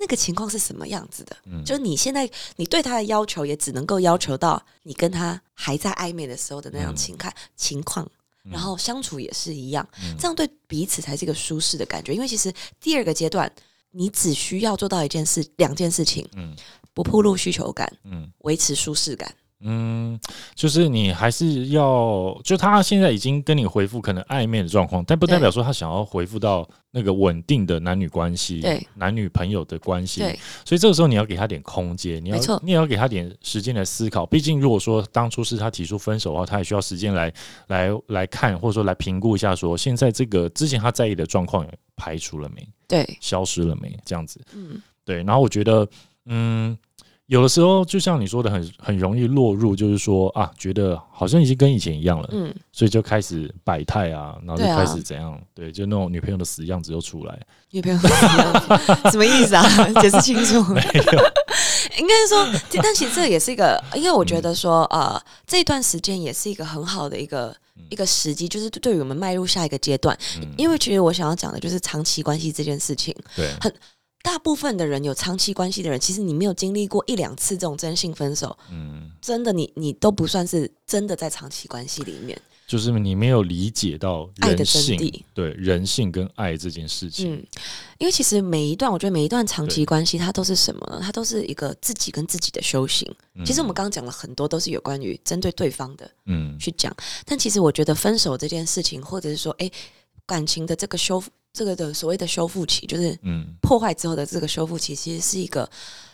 Speaker 1: 那个情况是什么样子的？
Speaker 2: 嗯
Speaker 1: 就是你现在你对他的要求，也只能够要求到你跟他还在暧昧的时候的那样
Speaker 2: 嗯
Speaker 1: 情看情况，
Speaker 2: 嗯
Speaker 1: 然后相处也是一样，
Speaker 2: 嗯
Speaker 1: 这样对彼此才是一个舒适的感觉。因为其实第二个阶段，你只需要做到一件事、两件事情：
Speaker 2: 嗯
Speaker 1: 不暴露需求感，
Speaker 2: 嗯
Speaker 1: 维持舒适感。
Speaker 2: 嗯，就是你还是要，就他现在已经跟你回复可能暧昧的状况，但不代表说他想要回复到那个稳定的男女关系
Speaker 1: 对、
Speaker 2: 男女朋友的关系。
Speaker 1: 对，
Speaker 2: 所以这个时候你要给他点空间，你
Speaker 1: 没
Speaker 2: 要
Speaker 1: 错
Speaker 2: 你也要给他点时间来思考。毕竟如果说当初是他提出分手的话，他也需要时间来来来看，或者说来评估一下，说现在这个之前他在意的状况排除了没，
Speaker 1: 对，
Speaker 2: 消失了没，这样子。
Speaker 1: 嗯，
Speaker 2: 对，然后我觉得，嗯，有的时候就像你说的很，很容易落入，就是说啊，觉得好像已经跟以前一样了，
Speaker 1: 嗯，
Speaker 2: 所以就开始摆态啊，然后就
Speaker 1: 对啊
Speaker 2: 开始怎样，对，就那种女朋友的死样子又出来，
Speaker 1: 女朋友是这样子什么意思 啊？解释清楚。应该是说，其但其实这也是一个，因为我觉得说，呃，这段时间也是一个很好的一个。一个时机就是对于我们迈入下一个阶段，
Speaker 2: 嗯，
Speaker 1: 因为其实我想要讲的就是长期关系这件事情。
Speaker 2: 对，
Speaker 1: 大部分的人有长期关系的人，其实你没有经历过一两次这种真性分手，
Speaker 2: 嗯，
Speaker 1: 真的你你都不算是真的在长期关系里面。
Speaker 2: 就是你没有理解到
Speaker 1: 爱的
Speaker 2: 人
Speaker 1: 真
Speaker 2: 性
Speaker 1: 谛，
Speaker 2: 对人性跟爱这件事情，
Speaker 1: 嗯，因为其实每一段，我觉得每一段长期
Speaker 2: 对
Speaker 1: 关系，它都是什么呢？它都是一个自己跟自己的修行。
Speaker 2: 嗯
Speaker 1: 其实我们刚刚讲了很多，都是有关于针对对方的
Speaker 2: 嗯
Speaker 1: 去讲。但其实我觉得分手这件事情，或者是说，哎，感情的这个修复，这个的所谓的修复期，就是
Speaker 2: 嗯，
Speaker 1: 破坏之后的这个修复期，其实是一个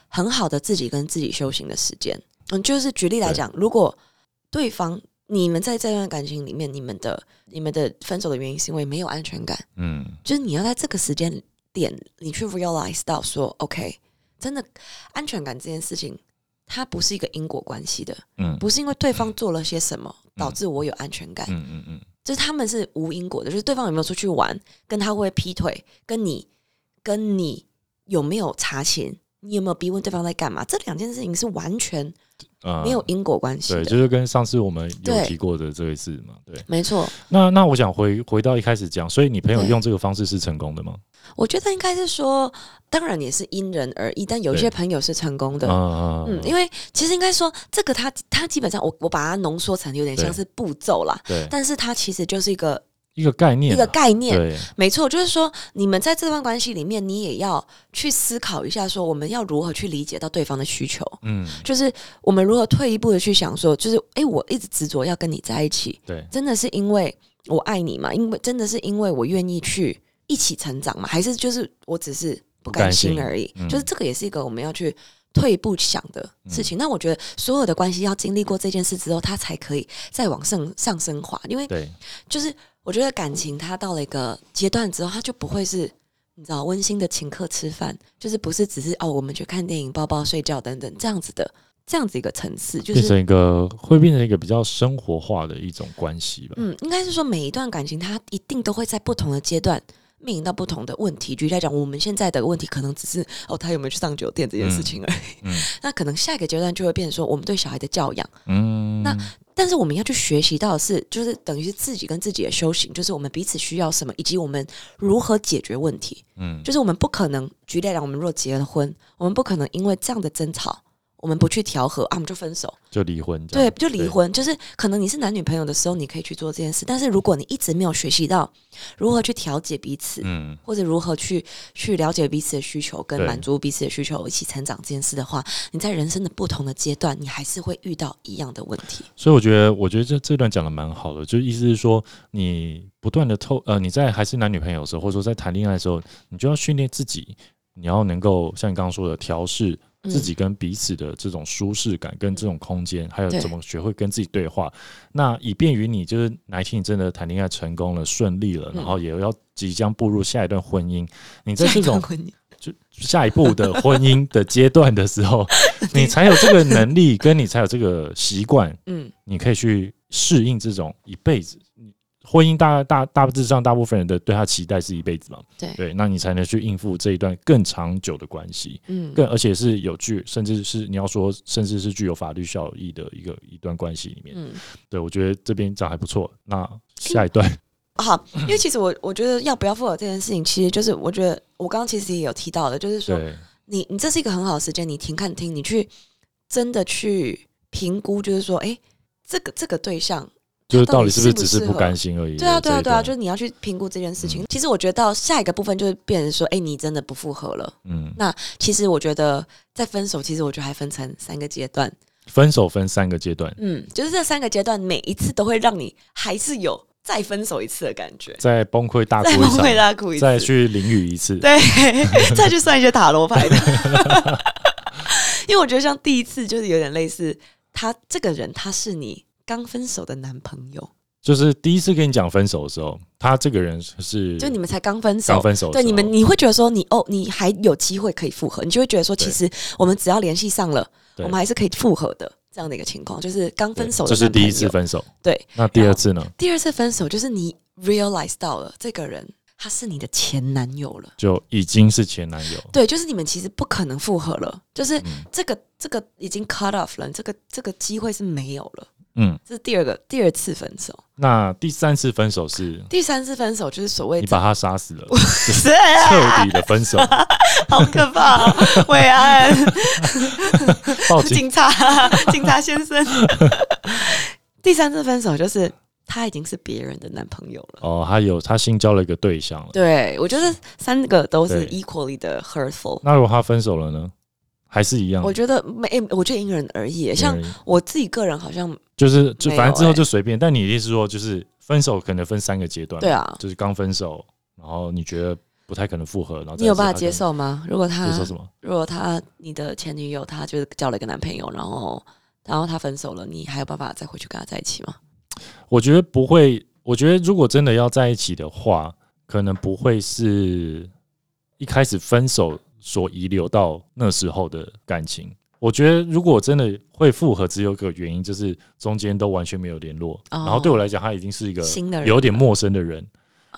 Speaker 1: 很好的自己跟自己修行的时间。嗯，就是举例来讲，如果对方你们在这段感情里面，你们的你们的分手的原因是因为没有安全感。
Speaker 2: 嗯
Speaker 1: 就是你要在这个时间点，你去 realize 到说，OK，真的安全感这件事情，它不是一个因果关系的，
Speaker 2: 嗯
Speaker 1: 不是因为对方做了些什么导致我有安全感，
Speaker 2: 嗯嗯嗯
Speaker 1: 就是他们是无因果的，就是对方有没有出去玩，跟他会不会劈腿，跟你跟你有没有查寝，你有没有逼问对方在干嘛，这两件事情是完全
Speaker 2: 嗯，
Speaker 1: 没有因果关系
Speaker 2: 对，
Speaker 1: 的，
Speaker 2: 就是跟上次我们有
Speaker 1: 对
Speaker 2: 提过的这一次嘛，对。
Speaker 1: 没错。
Speaker 2: 那那我想回回到一开始讲，所以你朋友
Speaker 1: 对
Speaker 2: 用这个方式是成功的吗？
Speaker 1: 我觉得应该是说，当然也是因人而异，但有一
Speaker 2: 对
Speaker 1: 些朋友是成功的，
Speaker 2: 啊
Speaker 1: 嗯，因为其实应该说，这个它它基本上我我把它浓缩成有点像是步骤啦，
Speaker 2: 对
Speaker 1: 但是它其实就是一个
Speaker 2: 一个概念啊，
Speaker 1: 一个概念，
Speaker 2: 对，
Speaker 1: 没错，就是说你们在这段关系里面，你也要去思考一下，说我们要如何去理解到对方的需求，
Speaker 2: 嗯，
Speaker 1: 就是我们如何退一步的去想说，就是诶，我一直执着要跟你在一起，
Speaker 2: 对，
Speaker 1: 真的是因为我爱你嘛？因为真的是因为我愿意去一起成长嘛？还是就是我只是不甘
Speaker 2: 不
Speaker 1: 心
Speaker 2: 甘心
Speaker 1: 而已？
Speaker 2: 嗯
Speaker 1: 就是这个也是一个我们要去退一步想的事
Speaker 2: 嗯
Speaker 1: 情。那我觉得所有的关系要经历过这件事之后，它才可以再往上上升华。因为
Speaker 2: 对，
Speaker 1: 就是我觉得感情它到了一个阶段之后，它就不会是。你知道温馨的请客吃饭，就是不是只是哦，我们去看电影、抱抱、睡觉等等这样子的，这样子一个层次，就
Speaker 2: 变
Speaker 1: 是
Speaker 2: 成一个会变成一个比较生活化的一种关系吧。
Speaker 1: 嗯，应该是说每一段感情，它一定都会在不同的阶段面临到不同的问题。举例来讲，我们现在的问题可能只是哦，他有没有去上酒店这件事情而已。
Speaker 2: 嗯嗯
Speaker 1: 那可能下一个阶段就会变成说，我们对小孩的教养，
Speaker 2: 嗯，
Speaker 1: 那但是我们要去学习到的是，就是等于是自己跟自己的修行，就是我们彼此需要什么，以及我们如何解决问题。
Speaker 2: 嗯，
Speaker 1: 就是我们不可能，举例来讲，我们若结了婚，我们不可能因为这样的争吵，我们不去调和啊，我们就分手。
Speaker 2: 就离婚这
Speaker 1: 对
Speaker 2: 样，，
Speaker 1: 就离
Speaker 2: 对
Speaker 1: 婚，就是可能你是男女朋友的时候，你可以去做这件事，但是如果你一直没有学习到如何去调解彼此，
Speaker 2: 嗯，
Speaker 1: 或者如何去去了解彼此的需求，跟
Speaker 2: 对
Speaker 1: 满足彼此的需求，一起成长这件事的话，你在人生的不同的阶段，你还是会遇到一样的问题。
Speaker 2: 所以我觉得，我觉得这这段讲的蛮好的，就意思是说，你不断的透呃，你在还是男女朋友的时候，或者说在谈恋爱的时候，你就要训练自己，你要能够像你刚刚说的调试
Speaker 1: 嗯
Speaker 2: 自己跟彼此的这种舒适感跟这种空间，还有
Speaker 1: 对
Speaker 2: 怎么学会跟自己对话，那以便于你就是哪一天你真的谈恋爱成功了、顺利了，
Speaker 1: 嗯
Speaker 2: 然后也要即将步入下一段婚姻，你在这
Speaker 1: 下一段
Speaker 2: 种
Speaker 1: 婚姻
Speaker 2: 下一步的婚姻的阶段的时候，你才有这个能力，跟你才有这个习惯，
Speaker 1: 嗯，
Speaker 2: 你可以去适应这种一辈子。你婚姻大大大致上，大部分人的对他期待是一辈子嘛，
Speaker 1: 对
Speaker 2: 对，那你才能去应付这一段更长久的关系。
Speaker 1: 嗯，
Speaker 2: 更而且是有具，甚至是你要说，甚至是具有法律效益的一个一段关系里面。
Speaker 1: 嗯，
Speaker 2: 对我觉得这边讲还不错。那下一段，
Speaker 1: 嗯好，因为其实我我觉得要不要复合这件事情，其实就是我觉得我刚刚其实也有提到的，就是说
Speaker 2: 对，
Speaker 1: 你你这是一个很好的时间，你停看听，你去真的去评估，就是说，哎、这个这个对象，
Speaker 2: 就是
Speaker 1: 他到
Speaker 2: 到
Speaker 1: 底
Speaker 2: 底是不是
Speaker 1: 适不
Speaker 2: 只是
Speaker 1: 适
Speaker 2: 不
Speaker 1: 合
Speaker 2: 甘心而已？
Speaker 1: 对啊，对啊，对啊，就
Speaker 2: 这一
Speaker 1: 是
Speaker 2: 段嗯
Speaker 1: 你要去评估这件事情。其实我觉得到下一个部分就是变成说，哎、你真的不复合了。
Speaker 2: 嗯
Speaker 1: 那其实我觉得在分手，其实我觉得还分成三个阶段。
Speaker 2: 分手分三个阶段，
Speaker 1: 嗯，就是这三个阶段，每一次都会让你还是有再分手一次的感觉，
Speaker 2: 再崩溃大哭
Speaker 1: 再
Speaker 2: 一
Speaker 1: 崩
Speaker 2: 场，
Speaker 1: 溃大哭一次，
Speaker 2: 再去淋雨一次。
Speaker 1: 对， 再去算一些塔罗牌的。 因为我觉得像第一次就是有点类似，他这个人他是你刚分手的男朋友，
Speaker 2: 就是第一次跟你讲分手的时候，他这个人是
Speaker 1: 就你们才刚分手
Speaker 2: 刚，分手的时
Speaker 1: 对
Speaker 2: 候，
Speaker 1: 你们你会觉得说你哦，你还有机会可以复合，你就会觉得说
Speaker 2: 对
Speaker 1: 其实我们只要联系上了，我
Speaker 2: 对
Speaker 1: 们还是可以复合的这样的一个情况，就是刚分手的
Speaker 2: 这是
Speaker 1: 男朋
Speaker 2: 第
Speaker 1: 友
Speaker 2: 一次，分手。
Speaker 1: 对，
Speaker 2: 那第二次呢，
Speaker 1: 第二次分手就是你 realize 到了这个人他是你的前男友了。
Speaker 2: 就已经是前男友。
Speaker 1: 对，就是你们其实不可能复合了，就是
Speaker 2: 嗯
Speaker 1: 这个这个已经 cut off 了，这个这个机会是没有了。
Speaker 2: 嗯，
Speaker 1: 这是第二个第二次分手，
Speaker 2: 那第三次分手是
Speaker 1: 第三次分手就是所谓
Speaker 2: 你
Speaker 1: 的
Speaker 2: 把他杀死了，
Speaker 1: 是
Speaker 2: 彻底的 分手，
Speaker 1: 好可怕、哦，伟安
Speaker 2: 报警。
Speaker 1: 警察警察先生。 第三次分手就是他已经是别人的男朋友了。
Speaker 2: 哦，他有他新交了一个对象了。
Speaker 1: 对，我觉得三个都是
Speaker 2: 对
Speaker 1: equally 的 hurtful。
Speaker 2: 那如果他分手了呢？还是一样？
Speaker 1: 我觉得没，我觉得因人而异。像
Speaker 2: 嗯
Speaker 1: 我自己个人好像
Speaker 2: 就是就
Speaker 1: 没有
Speaker 2: 反正之后
Speaker 1: 欸
Speaker 2: 就随便。但你的意思是说，就是分手可能分三个阶段，
Speaker 1: 对，啊，
Speaker 2: 就是刚分手，然后你觉得不太可能复合，然后
Speaker 1: 你有办法
Speaker 2: 再
Speaker 1: 接
Speaker 2: 是
Speaker 1: 受吗？如果
Speaker 2: 他
Speaker 1: 他
Speaker 2: 跟接受什么？
Speaker 1: 如果他你的前女友，她就是交了一个男朋友，然后然后他分手了，你还有办法再回去跟他在一起吗？
Speaker 2: 我觉得不会，我觉得如果真的要在一起的话，可能不会是一开始分手所遗留到那时候的感情。我觉得如果真的会复合，只有一个原因，就是中间都完全没有联络，然后对我来讲，他已经是一个
Speaker 1: 哦新的人
Speaker 2: 有点陌生的人，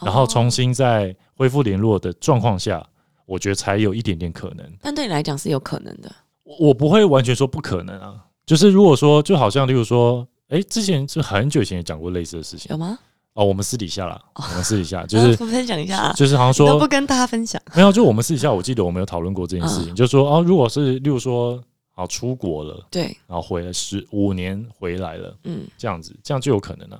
Speaker 2: 然后重
Speaker 1: 哦，
Speaker 2: 新在恢复联络的状况下，我觉得才有一点点可能。
Speaker 1: 但对你来讲是有可能的。
Speaker 2: 我我不会完全说不可能啊，就是如果说，就好像例如说，哎、之前就很久以前也讲过类似的事情
Speaker 1: 有。吗？、
Speaker 2: 哦，我们私底下啦，我们私底下就是
Speaker 1: 分享一下啊，
Speaker 2: 就是好像
Speaker 1: 你都不嗯
Speaker 2: 说
Speaker 1: 跟大家分享，
Speaker 2: 没有，就我们私底下，我记得我们有讨论过这件事情，就说哦，如果是例如说好出国了，
Speaker 1: 对，
Speaker 2: 然后回来十五年回来了
Speaker 1: 嗯，
Speaker 2: 这样子，这样就有可能啊。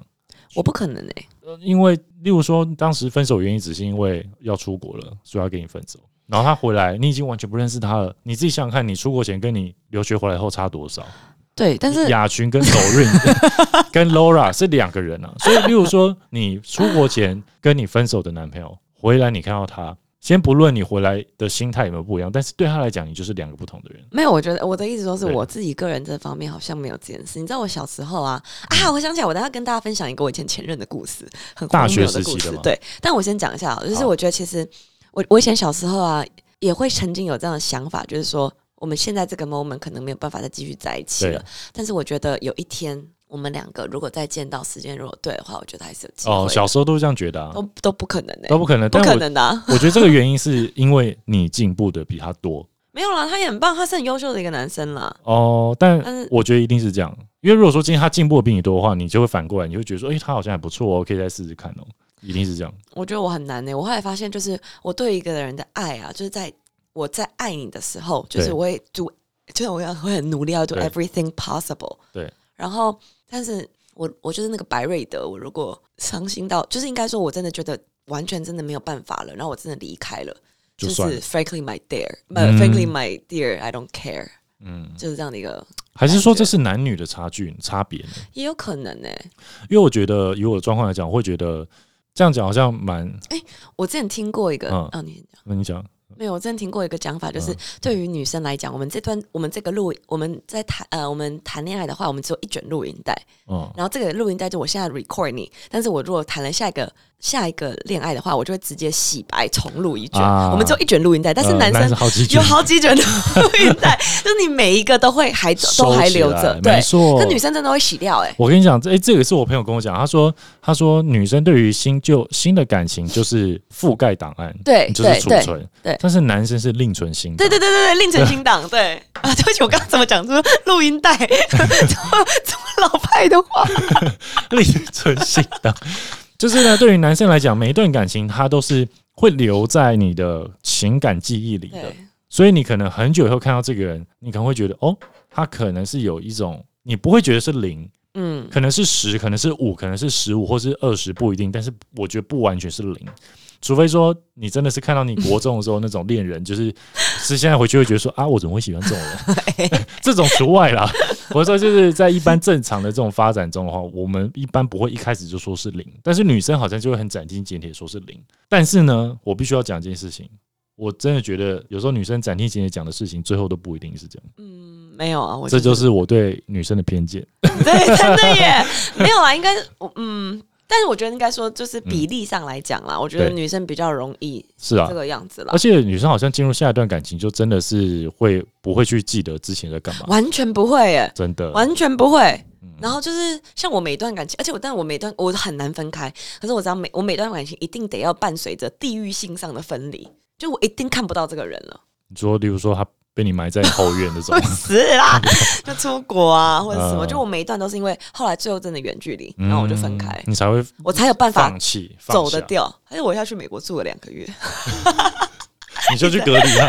Speaker 1: 我不可能哎、
Speaker 2: 呃因为例如说当时分手原因只是因为要出国了，所以要跟你分手。然后他回来，你已经完全不认识他了。你自己想想看，你出国前跟你留学回来后差多少？
Speaker 1: 对，但是
Speaker 2: 雅群跟抖润 跟 Laura 是两个人啊，所以例如说你出国前跟你分手的男朋友回来，你看到他，先不论你回来的心态有没有不一样，但是对他来讲，你就是两个不同的人。
Speaker 1: 没有，我觉得我的意思说是
Speaker 2: 对
Speaker 1: 我自己个人这方面好像没有这件事。你知道我小时候啊啊，我想起来，我等一下跟大家分享一个我以前前任的故事，很
Speaker 2: 大
Speaker 1: 荒谬
Speaker 2: 学时期
Speaker 1: 故
Speaker 2: 的
Speaker 1: 事
Speaker 2: 吗。
Speaker 1: 对，但我先讲一下啊，就是
Speaker 2: 好
Speaker 1: 我觉得其实我我以前小时候啊，也会曾经有这样的想法，就是说我们现在这个 moment 可能没有办法再继续在一起
Speaker 2: 对
Speaker 1: 了，但是我觉得有一天我们两个如果再见到时间如果对的话，我觉得还是有机会的。
Speaker 2: 哦，小时候都是这样觉得啊，
Speaker 1: 都都不可能的、
Speaker 2: 都不可能。
Speaker 1: 不
Speaker 2: 但
Speaker 1: 可
Speaker 2: 我
Speaker 1: 能的啊、
Speaker 2: 我觉得这个原因是因为你进步的比他多
Speaker 1: 没有啦，他也很棒，他是很优秀的一个男生啦。
Speaker 2: 哦，但
Speaker 1: 但是
Speaker 2: 我觉得一定是这样，因为如果说今天他进步的比你多的话，你就会反过来，你会觉得说，哎，他好像还不错哦，可以再试试看哦，一定是这样。
Speaker 1: 我觉得我很难欸呢、我后来发现，就是我对一个人的爱啊，就是在我在爱你的时候，就是
Speaker 2: 对
Speaker 1: 我会 do，就是我要会很努力要 do
Speaker 2: 对
Speaker 1: everything possible。
Speaker 2: 对。
Speaker 1: 然后，但是我我就是那个白瑞德，我如果伤心到，就是应该说，我真的觉得完全真的没有办法了，然后我真的离开了，
Speaker 2: 就算了
Speaker 1: 是 frankly my dear，不、
Speaker 2: 嗯
Speaker 1: frankly my dear，I don't care，
Speaker 2: 嗯，
Speaker 1: 就是这样的一个，
Speaker 2: 还是说
Speaker 1: 感觉
Speaker 2: 这是男女的差距差别呢？
Speaker 1: 也有可能欸呢、
Speaker 2: 因为我觉得以我的状况来讲，我会觉得这样讲好像蛮……
Speaker 1: 我之前听过一个，
Speaker 2: 嗯
Speaker 1: 嗯、啊，你先讲。
Speaker 2: 那你讲
Speaker 1: 没有，我之前听过一个讲法，就是
Speaker 2: 嗯
Speaker 1: 对于女生来讲，我们这段我们这个录，我们在谈呃，我们谈恋爱的话，我们只有一卷录音带，
Speaker 2: 嗯，
Speaker 1: 然后这个录音带就我现在 record 你，但是我如果谈了下一个下一个恋爱的话，我就会直接洗白重录一卷，
Speaker 2: 啊
Speaker 1: 我们只有一卷录音带，但是
Speaker 2: 呃
Speaker 1: 男
Speaker 2: 男
Speaker 1: 生
Speaker 2: 好几句
Speaker 1: 有好几卷录音带， 就是你每一个都会还都还留着，对
Speaker 2: 没，错
Speaker 1: 那。女生真的会洗掉哎、欸
Speaker 2: 我跟你讲，这、诶这个是我朋友跟我讲，他说他说女生对于新旧新的感情就是覆盖档案，
Speaker 1: 对
Speaker 2: 就
Speaker 1: 对
Speaker 2: 是储
Speaker 1: 对
Speaker 2: 存，
Speaker 1: 对
Speaker 2: 但是男生是另存新档，
Speaker 1: 对对对对对，另存新档，对啊，对不起，我刚刚怎么讲出录音带， 怎么怎么老派的话？
Speaker 2: 另存新档。就是呢，对于男生来讲，每一段感情它都是会留在你的情感记忆里的
Speaker 1: 对。。
Speaker 2: 所以你可能很久以后看到这个人，你可能会觉得哦，他可能是有一种，你不会觉得是零，
Speaker 1: 嗯，
Speaker 2: 可能是十，可能是五，可能是十五或是二十，不一定。但是我觉得不完全是零，除非说你真的是看到你国中的时候那种恋人， 就是是现在回去会觉得说啊，我怎么会喜欢这种人？ 这种除外啦。我说就是在一般正常的这种发展中的话，我们一般不会一开始就说是零，但是女生好像就会很斩钉截铁说是零。但是呢，我必须要讲一件事情，我真的觉得有时候女生斩钉截铁讲的事情，最后都不一定是这样。
Speaker 1: 嗯，没有啊，我
Speaker 2: 这
Speaker 1: 觉得
Speaker 2: 就是我对女生的偏见。
Speaker 1: 对，真的耶，没有啊，应该我嗯，但是我觉得应该说就是比例上来讲啦，我觉得
Speaker 2: 嗯对
Speaker 1: 女生比较容易
Speaker 2: 是啊
Speaker 1: 这，个样子啦
Speaker 2: 而，且女生好像进入下一段感情，就真的是会不会去记得之前在干嘛？
Speaker 1: 完全不会耶，
Speaker 2: 真的，
Speaker 1: 完全不会。
Speaker 2: 嗯
Speaker 1: 然后就是像我每一段感情，而且我但我每段我很难分开，可是我知道每我每段感情一定得要伴随着地域性上的分离，就我一定看不到这个人 了，
Speaker 2: 你说，例如说他被你埋在后院 那种
Speaker 1: 会，死 啦，就出国啊或者什么，
Speaker 2: 嗯
Speaker 1: 就我每一段都是因为后来最后真的远距离，然后我就分开
Speaker 2: 嗯，你才会
Speaker 1: 我才有办法
Speaker 2: 放弃啊
Speaker 1: 走得。
Speaker 2: 放下
Speaker 1: 掉。而且我要去美国住了两个月，
Speaker 2: 你就去隔离啊，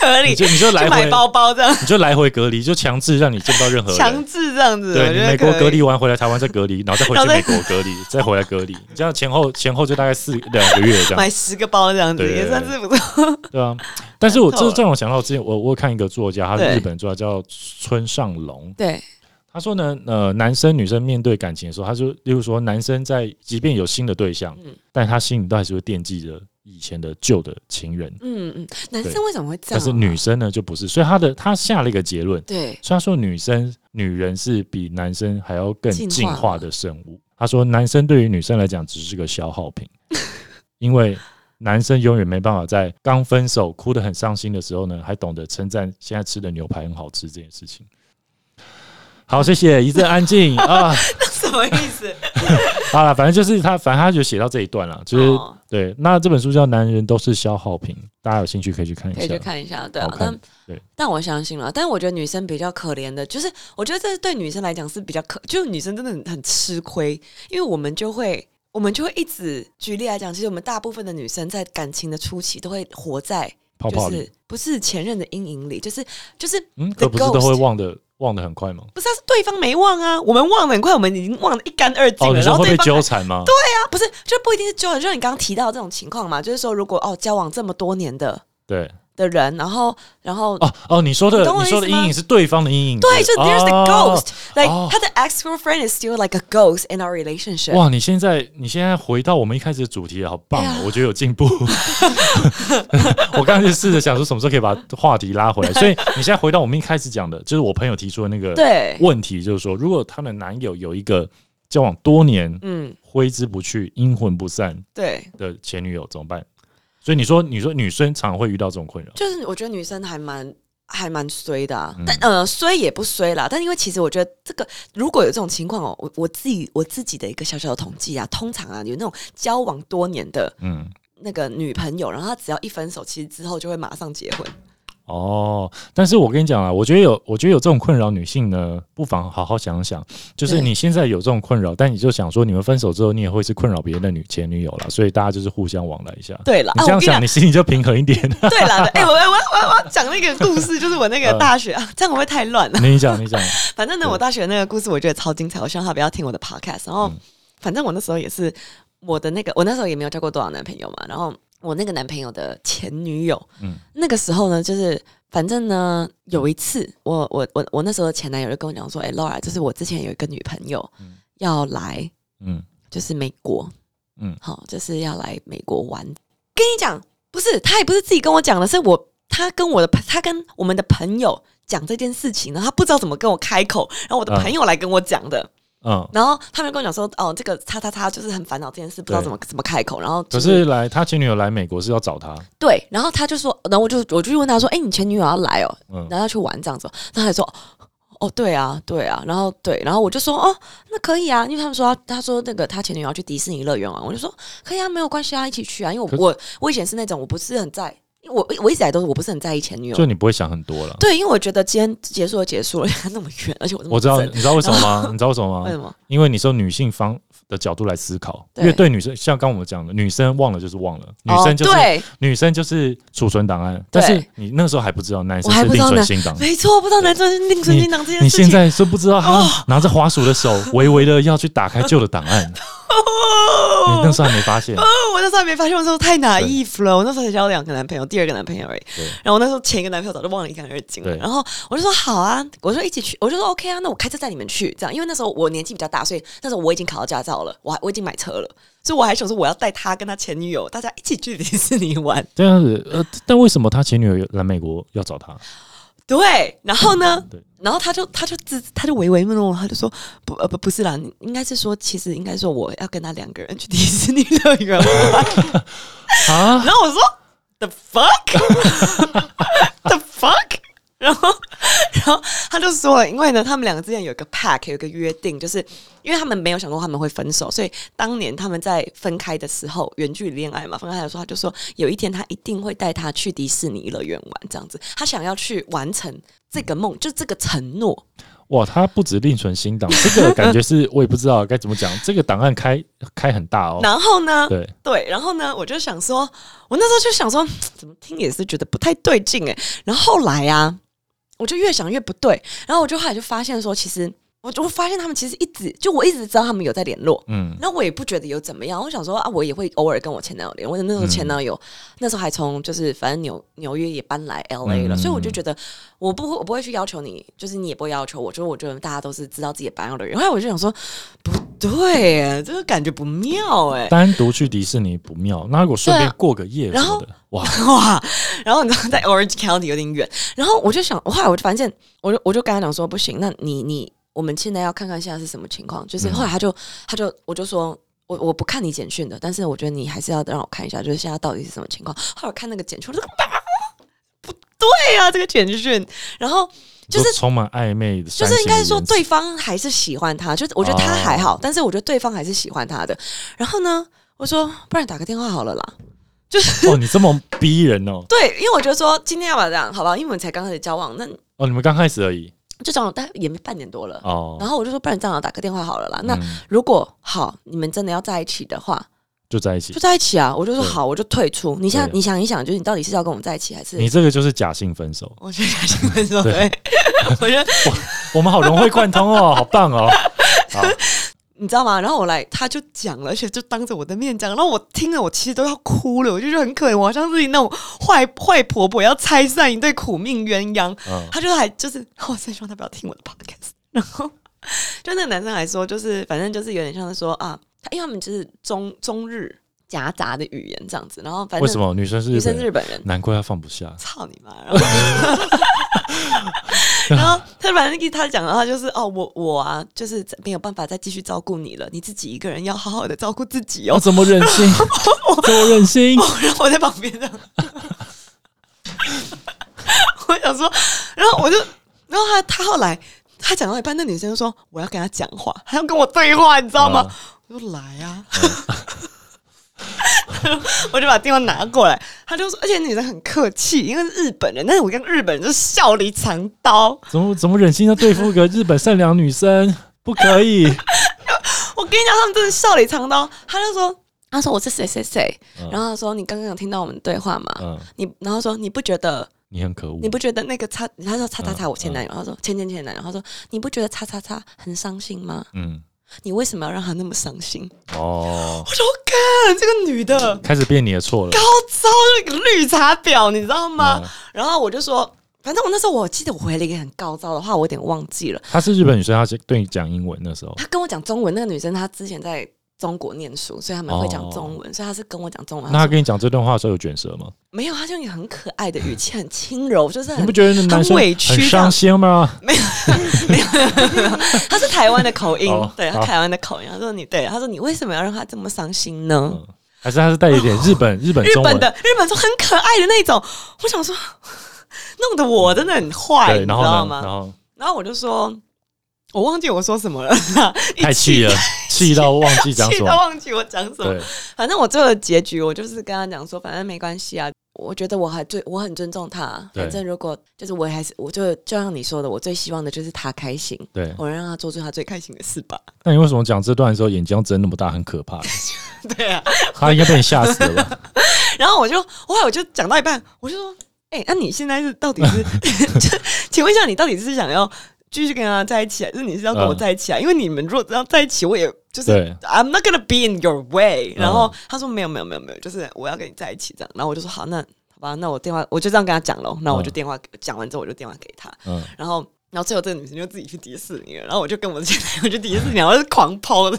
Speaker 1: 可以
Speaker 2: 你就你就来
Speaker 1: 去买
Speaker 2: 回，
Speaker 1: 包包这样，
Speaker 2: 你就来回隔离，就强制让你见不到任何
Speaker 1: 强
Speaker 2: 人。
Speaker 1: 制这样子，我
Speaker 2: 对你
Speaker 1: 觉得
Speaker 2: 美国
Speaker 1: 可以
Speaker 2: 隔离完回来台湾再隔 离，然后再回
Speaker 1: 然
Speaker 2: 去
Speaker 1: 后再
Speaker 2: 美国 隔离，再回来隔离，你这样前后前后就大概四两个月这样。
Speaker 1: 买十个包这样子
Speaker 2: 对
Speaker 1: 也算是不错。
Speaker 2: 对啊，但是我
Speaker 1: 透
Speaker 2: 这
Speaker 1: 了
Speaker 2: 这让我想到之前，我我有看一个作家，他是
Speaker 1: 对
Speaker 2: 日本作家叫村上隆，
Speaker 1: 对，
Speaker 2: 他说呢，呃，男生女生面对感情的时候，他就例如说，男生在即便有新的对象，
Speaker 1: 嗯
Speaker 2: 但他心里都还是会惦记着以前的旧的情人，
Speaker 1: 嗯嗯，男
Speaker 2: 对
Speaker 1: 生为什么会这
Speaker 2: 但
Speaker 1: 样啊？
Speaker 2: 是女生呢就不是，所以他的他下了一个结论，
Speaker 1: 对
Speaker 2: 所以他说女生女人是比男生还要更
Speaker 1: 进化
Speaker 2: 进化的生物。他说男生对于女生来讲只是个消 耗品，因为男生永远没办法在刚分手哭得很伤心的时候呢，还懂得称赞现在吃的牛排很好吃这件事情。好，谢谢一阵 安静啊！
Speaker 1: 什么意思？
Speaker 2: 好了，反正就是他，反正他就写到这一段了，就是、
Speaker 1: 哦
Speaker 2: 对。那这本书叫《男人都是消耗品》，大家有兴趣可以去看一
Speaker 1: 可以
Speaker 2: 下
Speaker 1: 去。看一下，对
Speaker 2: 好
Speaker 1: 啊，
Speaker 2: 看
Speaker 1: 但
Speaker 2: 对
Speaker 1: 但我相信了，但我觉得女生比较可怜的，就是我觉得这对女生来讲是比较可，就是女生真的很很吃亏，因为我们就会。我们就会一直举例来讲，其实我们大部分的女生在感情的初期都会活在
Speaker 2: 泡泡
Speaker 1: 就
Speaker 2: 里，
Speaker 1: 是不是前任的阴影里，就是就是
Speaker 2: 嗯，
Speaker 1: the
Speaker 2: 可不是都会
Speaker 1: ghost
Speaker 2: 忘的，忘的很快吗？
Speaker 1: 不是啊是对方没忘啊，我们忘了很快，我们已经忘得一干二净
Speaker 2: 哦，
Speaker 1: 了，然
Speaker 2: 你说
Speaker 1: 后
Speaker 2: 会
Speaker 1: 对
Speaker 2: 被
Speaker 1: 方
Speaker 2: 纠缠 吗？
Speaker 1: 啊，不是就不一定是纠缠，就是你刚刚提到这种情况嘛，就是说如果哦交往这么多年的
Speaker 2: 对，
Speaker 1: 的人，然后然后
Speaker 2: 哦哦，你说的
Speaker 1: 你懂我的
Speaker 2: 你说的
Speaker 1: 意思吗
Speaker 2: 阴影是对方的阴影，
Speaker 1: 对，就是 there's the
Speaker 2: 哦
Speaker 1: ghost. Like
Speaker 2: 哦
Speaker 1: 他的 ex girlfriend is still like a ghost in our relationship.
Speaker 2: 哇，你现在你现在回到我们一开始的主题了，好棒
Speaker 1: 哎
Speaker 2: 哦！
Speaker 1: 呀
Speaker 2: 我觉得有进步。 我刚才就试着想说什么时候可以把话题拉回来，所以你现在回到我们一开始讲的，就是我朋友提出的那个
Speaker 1: 对，
Speaker 2: 问题，就是说，如果她的男友有一个交往多年、
Speaker 1: 嗯，
Speaker 2: 挥之不去、阴魂不散
Speaker 1: 对，
Speaker 2: 的前女友怎么办？所以你说，你说女生常会遇到这种困扰，
Speaker 1: 就是我觉得女生还蛮。还蛮衰的、啊
Speaker 2: 嗯，
Speaker 1: 但呃衰也不衰啦。但因为其实我觉得这个如果有这种情况哦，我我自己我自己的一个小小的统计啊，通常啊有那种交往多年的
Speaker 2: 嗯。
Speaker 1: 那个女朋友，然后她只要一分手，其实之后就会马上结婚。
Speaker 2: 嗯哦，但是我跟你讲啊，我觉得有，我觉得有这种困扰女性呢，不妨好好想想，就是
Speaker 1: 对
Speaker 2: 你现在有这种困扰，但你就想说，你们分手之后，你也会是困扰别人的女前女友啦，所以大家就是互相往来一下。
Speaker 1: 对了，
Speaker 2: 你
Speaker 1: 啊，
Speaker 2: 这
Speaker 1: 我
Speaker 2: 样
Speaker 1: 跟你讲
Speaker 2: 想，你，心里就平衡一 点。
Speaker 1: 对了，哎、我我我我我要讲那个故事，就是我那个
Speaker 2: 嗯
Speaker 1: 大学 啊，这样会不会太乱了？
Speaker 2: 你讲，你讲，
Speaker 1: 反正呢，
Speaker 2: 对
Speaker 1: 我大学那个故事我觉得超精彩，我希望他不要听我的 podcast。然后，
Speaker 2: 嗯
Speaker 1: 反正我那时候也是我的那个，我那时候也没有交过多少男朋友嘛。然后我那个男朋友的前女友，
Speaker 2: 嗯
Speaker 1: 那个时候呢，就是反正呢，有一次我我我我那时候的前男友就跟我讲说，哎、l a u r a 就是我之前有一个女朋友
Speaker 2: 嗯
Speaker 1: 要来，
Speaker 2: 嗯
Speaker 1: 就是美国，
Speaker 2: 嗯
Speaker 1: 好、就是要来美国玩。跟你讲，不是他也不是自己跟我讲的，是我他跟我的朋他跟我们的朋友讲这件事情，然后他不知道怎么跟我开口，然后我的
Speaker 2: 嗯
Speaker 1: 朋友来跟我讲的，
Speaker 2: 嗯。
Speaker 1: 然后他们就跟我讲说，哦，这个叉叉叉就是很烦恼这件事，不知道
Speaker 2: 对
Speaker 1: 怎么怎么开口，然后、
Speaker 2: 可是来，他前女友来美国是要找他，
Speaker 1: 对，然后他就说，然后我就我就去问他说，哎，你前女友要来哦，
Speaker 2: 嗯，
Speaker 1: 然后要去玩这样子哦，然后他就说。哦，对啊，对啊，然后对，然后我就说，哦，那可以啊，因为他们说要，他说那个他前女友要去迪士尼乐园玩，我就说可以啊，没有关系啊，一起去啊，因为
Speaker 2: 可
Speaker 1: 我我我以前是那种我不是很在，因为我我一直以来都是我不是很在意前女友
Speaker 2: 就你不会想很多了。
Speaker 1: 对，因为我觉得今天结束就结束了， 那么远，而且我这么
Speaker 2: 我知道，
Speaker 1: 正
Speaker 2: 你知道为什么 吗？你知道为什么
Speaker 1: 为
Speaker 2: 吗
Speaker 1: 什？么？
Speaker 2: 因为你是用女性方的角度来思考，
Speaker 1: 对
Speaker 2: 因为对女生，像刚我们讲的，女生忘了就是忘了，女生就是
Speaker 1: 哦、对，
Speaker 2: 女生就是储存档案，但
Speaker 1: 对
Speaker 2: 是你那时候还不知道男生
Speaker 1: 我还
Speaker 2: 是
Speaker 1: 不知
Speaker 2: 另
Speaker 1: 道
Speaker 2: 存
Speaker 1: 呢
Speaker 2: 新档。
Speaker 1: 没错，不知道男生另存新档 这件
Speaker 2: 你
Speaker 1: 事情，哦
Speaker 2: 现 在是不知道他拿着滑鼠的手，微微的要去打开旧的档案，你那时候还没发现，
Speaker 1: 哦 我那时候还没发现，我那时候太 naive 了。我那时候才交两个男朋友，第二个男朋友而已
Speaker 2: 对。
Speaker 1: 然后我那时候前一个男朋友早就忘得一干二净了。
Speaker 2: 对
Speaker 1: 然后我就说好啊，我就一起去，我就说 OK 啊，那我开车载你们去，这样。因为那时候我年纪比较大，所以那时候我已经考到驾照了，我还我已经买车了，所以我还想说我要带他跟他前女友，大家一起去迪士尼玩。
Speaker 2: 这样子，呃，但为什么他前女友来美国要找 他？
Speaker 1: 嗯对，然后呢？
Speaker 2: 对，
Speaker 1: 然后他就他就自他就唯唯诺诺，他就说不呃不不是啦，你应该是说其实应该说我要跟他两个人去迪士尼乐园玩。
Speaker 2: 啊，
Speaker 1: 然后我说 the fuck the fuck，然后然后他就说了，因为呢，他们两个之间有一个 pack，有一个约定，就是因为他们没有想过他们会分手，所以当年他们在分开的时候，远距离恋爱嘛，分开的时候，他就说有一天他一定会带他去迪士尼乐园玩，这样子，他想要去完成这个梦，就这个承诺。
Speaker 2: 哇，他不止另存新档，这个感觉是我也不知道该怎么讲，这个档案开开很大哦。
Speaker 1: 然后呢，
Speaker 2: 对，
Speaker 1: 对，然后呢，我就想说，我那时候就想说，怎么听也是觉得不太对劲哎、然后后来啊，我就越想越不对，然后我就后来就发现说，其实我就发现他们其实一直就我一直知道他们有在联络。
Speaker 2: 嗯，
Speaker 1: 那我也不觉得有怎么样，我想说啊，我也会偶尔跟我前男友联络。我那时候前男友、那时候还从就是反正纽纽约也搬来 L A 了，
Speaker 2: 嗯
Speaker 1: 所以我就觉得我不会我不会去要求你，就是你也不会要求我，就是我觉得大家都是知道自己的班要的人。后来我就想说，不对欸，这个感觉不妙哎、
Speaker 2: 单独去迪士尼不妙，那如果顺便
Speaker 1: 对啊
Speaker 2: 过个夜什
Speaker 1: 然
Speaker 2: 么
Speaker 1: 后
Speaker 2: 的，哇，
Speaker 1: 哇！然后你知道在 Orange County 有点远，然后我就想，我后来我就发现，我就我就跟他讲说，不行，那你你我们现在要看看现在是什么情况。就是后来他就他就我就说。我我不看你简讯的，但是我觉得你还是要让我看一下，就是现在到底是什么情况。后来我看那个简讯，我就说啊不对啊，这个简讯。然后 就是
Speaker 2: 都充满暧昧的，
Speaker 1: 就是应该说对
Speaker 2: 煽情的言辞，
Speaker 1: 方还是喜欢他，就是我觉得他还好，但是我觉得对方还是喜欢他的。然后呢，我说不然打个电话好了啦。
Speaker 2: 哦，你这么逼人哦，
Speaker 1: 对，因为我觉得说今天要不要这样，好不好？因为我们才刚开始交往，那
Speaker 2: 哦，你们刚开始而已，
Speaker 1: 就交往大概也没半年多了。
Speaker 2: 哦，
Speaker 1: 然后我就说，不然这样打个电话好了啦。那
Speaker 2: 嗯
Speaker 1: 如果好，你们真的要在一起的话，
Speaker 2: 就在一起
Speaker 1: 就，在一起啊。我就说
Speaker 2: 对
Speaker 1: 好，我就退出。你想
Speaker 2: 对
Speaker 1: 你想一想，就是你到底是要跟我们在一起，还是
Speaker 2: 你这个就是假性分手，
Speaker 1: 我觉得假性分手？
Speaker 2: 对
Speaker 1: 对， 我觉得
Speaker 2: 我们好融会贯 通哦，好棒哦，好，
Speaker 1: 你知道吗？然后我来，他就讲了，而且就当着我的面讲，然后我听了，我其实都要哭了，我就觉得很可怜，我好像是那种坏坏婆婆要拆散一对苦命鸳鸯。
Speaker 2: 嗯，
Speaker 1: 他就还就是，我真希望他不要听我的 podcast。然后，就那个男生还说，就是反正就是有点像是说啊，他因为他们就是中中日夹杂的语言这样子，然后反
Speaker 2: 为什
Speaker 1: 正
Speaker 2: 么女生是
Speaker 1: 女
Speaker 2: 日
Speaker 1: 生
Speaker 2: 本
Speaker 1: 是
Speaker 2: 人？
Speaker 1: 日本人，
Speaker 2: 难怪他放不下，
Speaker 1: 操你妈！然后， 然后他反正他讲的话就是哦，我我啊，就是没有办法再继续照顾你了，你自己一个人要好好的照顾自己
Speaker 2: 哦，
Speaker 1: 哦。
Speaker 2: 怎么忍 心？怎么忍心？
Speaker 1: 然后我在旁边这样，我想说，然后我就，然后他他后来他讲到一半，那女生就说我要跟他讲话，还要跟我对话，你知道吗？
Speaker 2: 嗯
Speaker 1: 我说来啊， 我就把电话拿过来，他就说，而且女生很客气，因为是日本人，但是我跟日本人就笑里藏刀。
Speaker 2: 怎么怎么忍心要对付个日本善良女生？不可 以，
Speaker 1: 我跟你讲，他们真的笑里藏刀。他就说，他说我是谁谁谁，
Speaker 2: 嗯
Speaker 1: 然后他说你刚刚有听到我们的对话吗？
Speaker 2: 嗯，
Speaker 1: 你然后说你不觉得
Speaker 2: 你很可恶
Speaker 1: 你，不觉得那个叉？他说叉叉叉，
Speaker 2: 嗯
Speaker 1: 我前男友。他说前前前男友。他说你不觉得叉叉叉很伤心吗？
Speaker 2: 嗯，
Speaker 1: 你为什么要让他那么伤心？
Speaker 2: 哦，
Speaker 1: 我说看这个女的高
Speaker 2: 开始变你的错了，
Speaker 1: 招那个绿茶婊，你知道吗？
Speaker 2: 嗯
Speaker 1: 然后我就说，反正我那时候我记得我回了一个很高招的话，我有点忘记了。
Speaker 2: 她是日本女生，她对你讲英文那时候，
Speaker 1: 她跟我讲中文，那个女生她之前在。中国念书，所以他们会讲中文，所以她是跟我讲中文。
Speaker 2: 哦那她
Speaker 1: 她说
Speaker 2: 跟你讲这段话的时候有卷舌吗？
Speaker 1: 没有，她就用一个很可爱的语气，很轻柔，就是
Speaker 2: 你
Speaker 1: 很
Speaker 2: 不觉得男生
Speaker 1: 嗯很委屈啊
Speaker 2: 很伤心吗？
Speaker 1: 他是台湾的口音，
Speaker 2: 哦
Speaker 1: 对，他
Speaker 2: 好
Speaker 1: 台湾的口音。他说你对，他说你为什么要让他这么伤心呢？
Speaker 2: 嗯，还是她是带一点日本日本
Speaker 1: 日
Speaker 2: 中
Speaker 1: 本
Speaker 2: 文？
Speaker 1: 的日本说很可爱的那种，我想说， 弄得我真的很坏，你
Speaker 2: 对，
Speaker 1: 知
Speaker 2: 然后
Speaker 1: 道
Speaker 2: 呢？
Speaker 1: 吗？
Speaker 2: 然后
Speaker 1: 然后我就说，我忘记我说什么了，一
Speaker 2: 太 气了，气到忘记讲
Speaker 1: 气
Speaker 2: 什
Speaker 1: 到
Speaker 2: 么。
Speaker 1: 忘记我讲什么
Speaker 2: 对。，
Speaker 1: 反正我最后的结局，我就是跟他讲说，反正没关系啊。我觉得我还最我很尊重他，
Speaker 2: 对
Speaker 1: 反正如果就是我还是我就就像你说的，我最希望的就是他开心，
Speaker 2: 对
Speaker 1: 我让他做出他最开心的事吧。
Speaker 2: 那你为什么讲这段的时候眼睛要睁那么大，很可怕？
Speaker 1: 对啊，
Speaker 2: 她应该被你吓死 了吧？
Speaker 1: 然后我就后来我就讲 到一半，我就说：“哎、那、你现在是到底是，就请问一下，你到底是想要继续跟他在一起，还是你是要跟我在一起啊？因为你们如果要在一起，我也就是
Speaker 2: 嗯对
Speaker 1: I'm not gonna be in your way。
Speaker 2: 嗯
Speaker 1: 然后他说没有没有没有没有，就是我要跟你在一起这样。然后我就说好，那好吧，那我电话我就这样跟他讲喽。那我就
Speaker 2: 嗯
Speaker 1: 电话讲完之后，我就电话给他。
Speaker 2: 嗯，
Speaker 1: 然后，然后最后这个女生就自己去迪士尼了，然后我就跟我的前男友去迪士尼，然后是狂抛的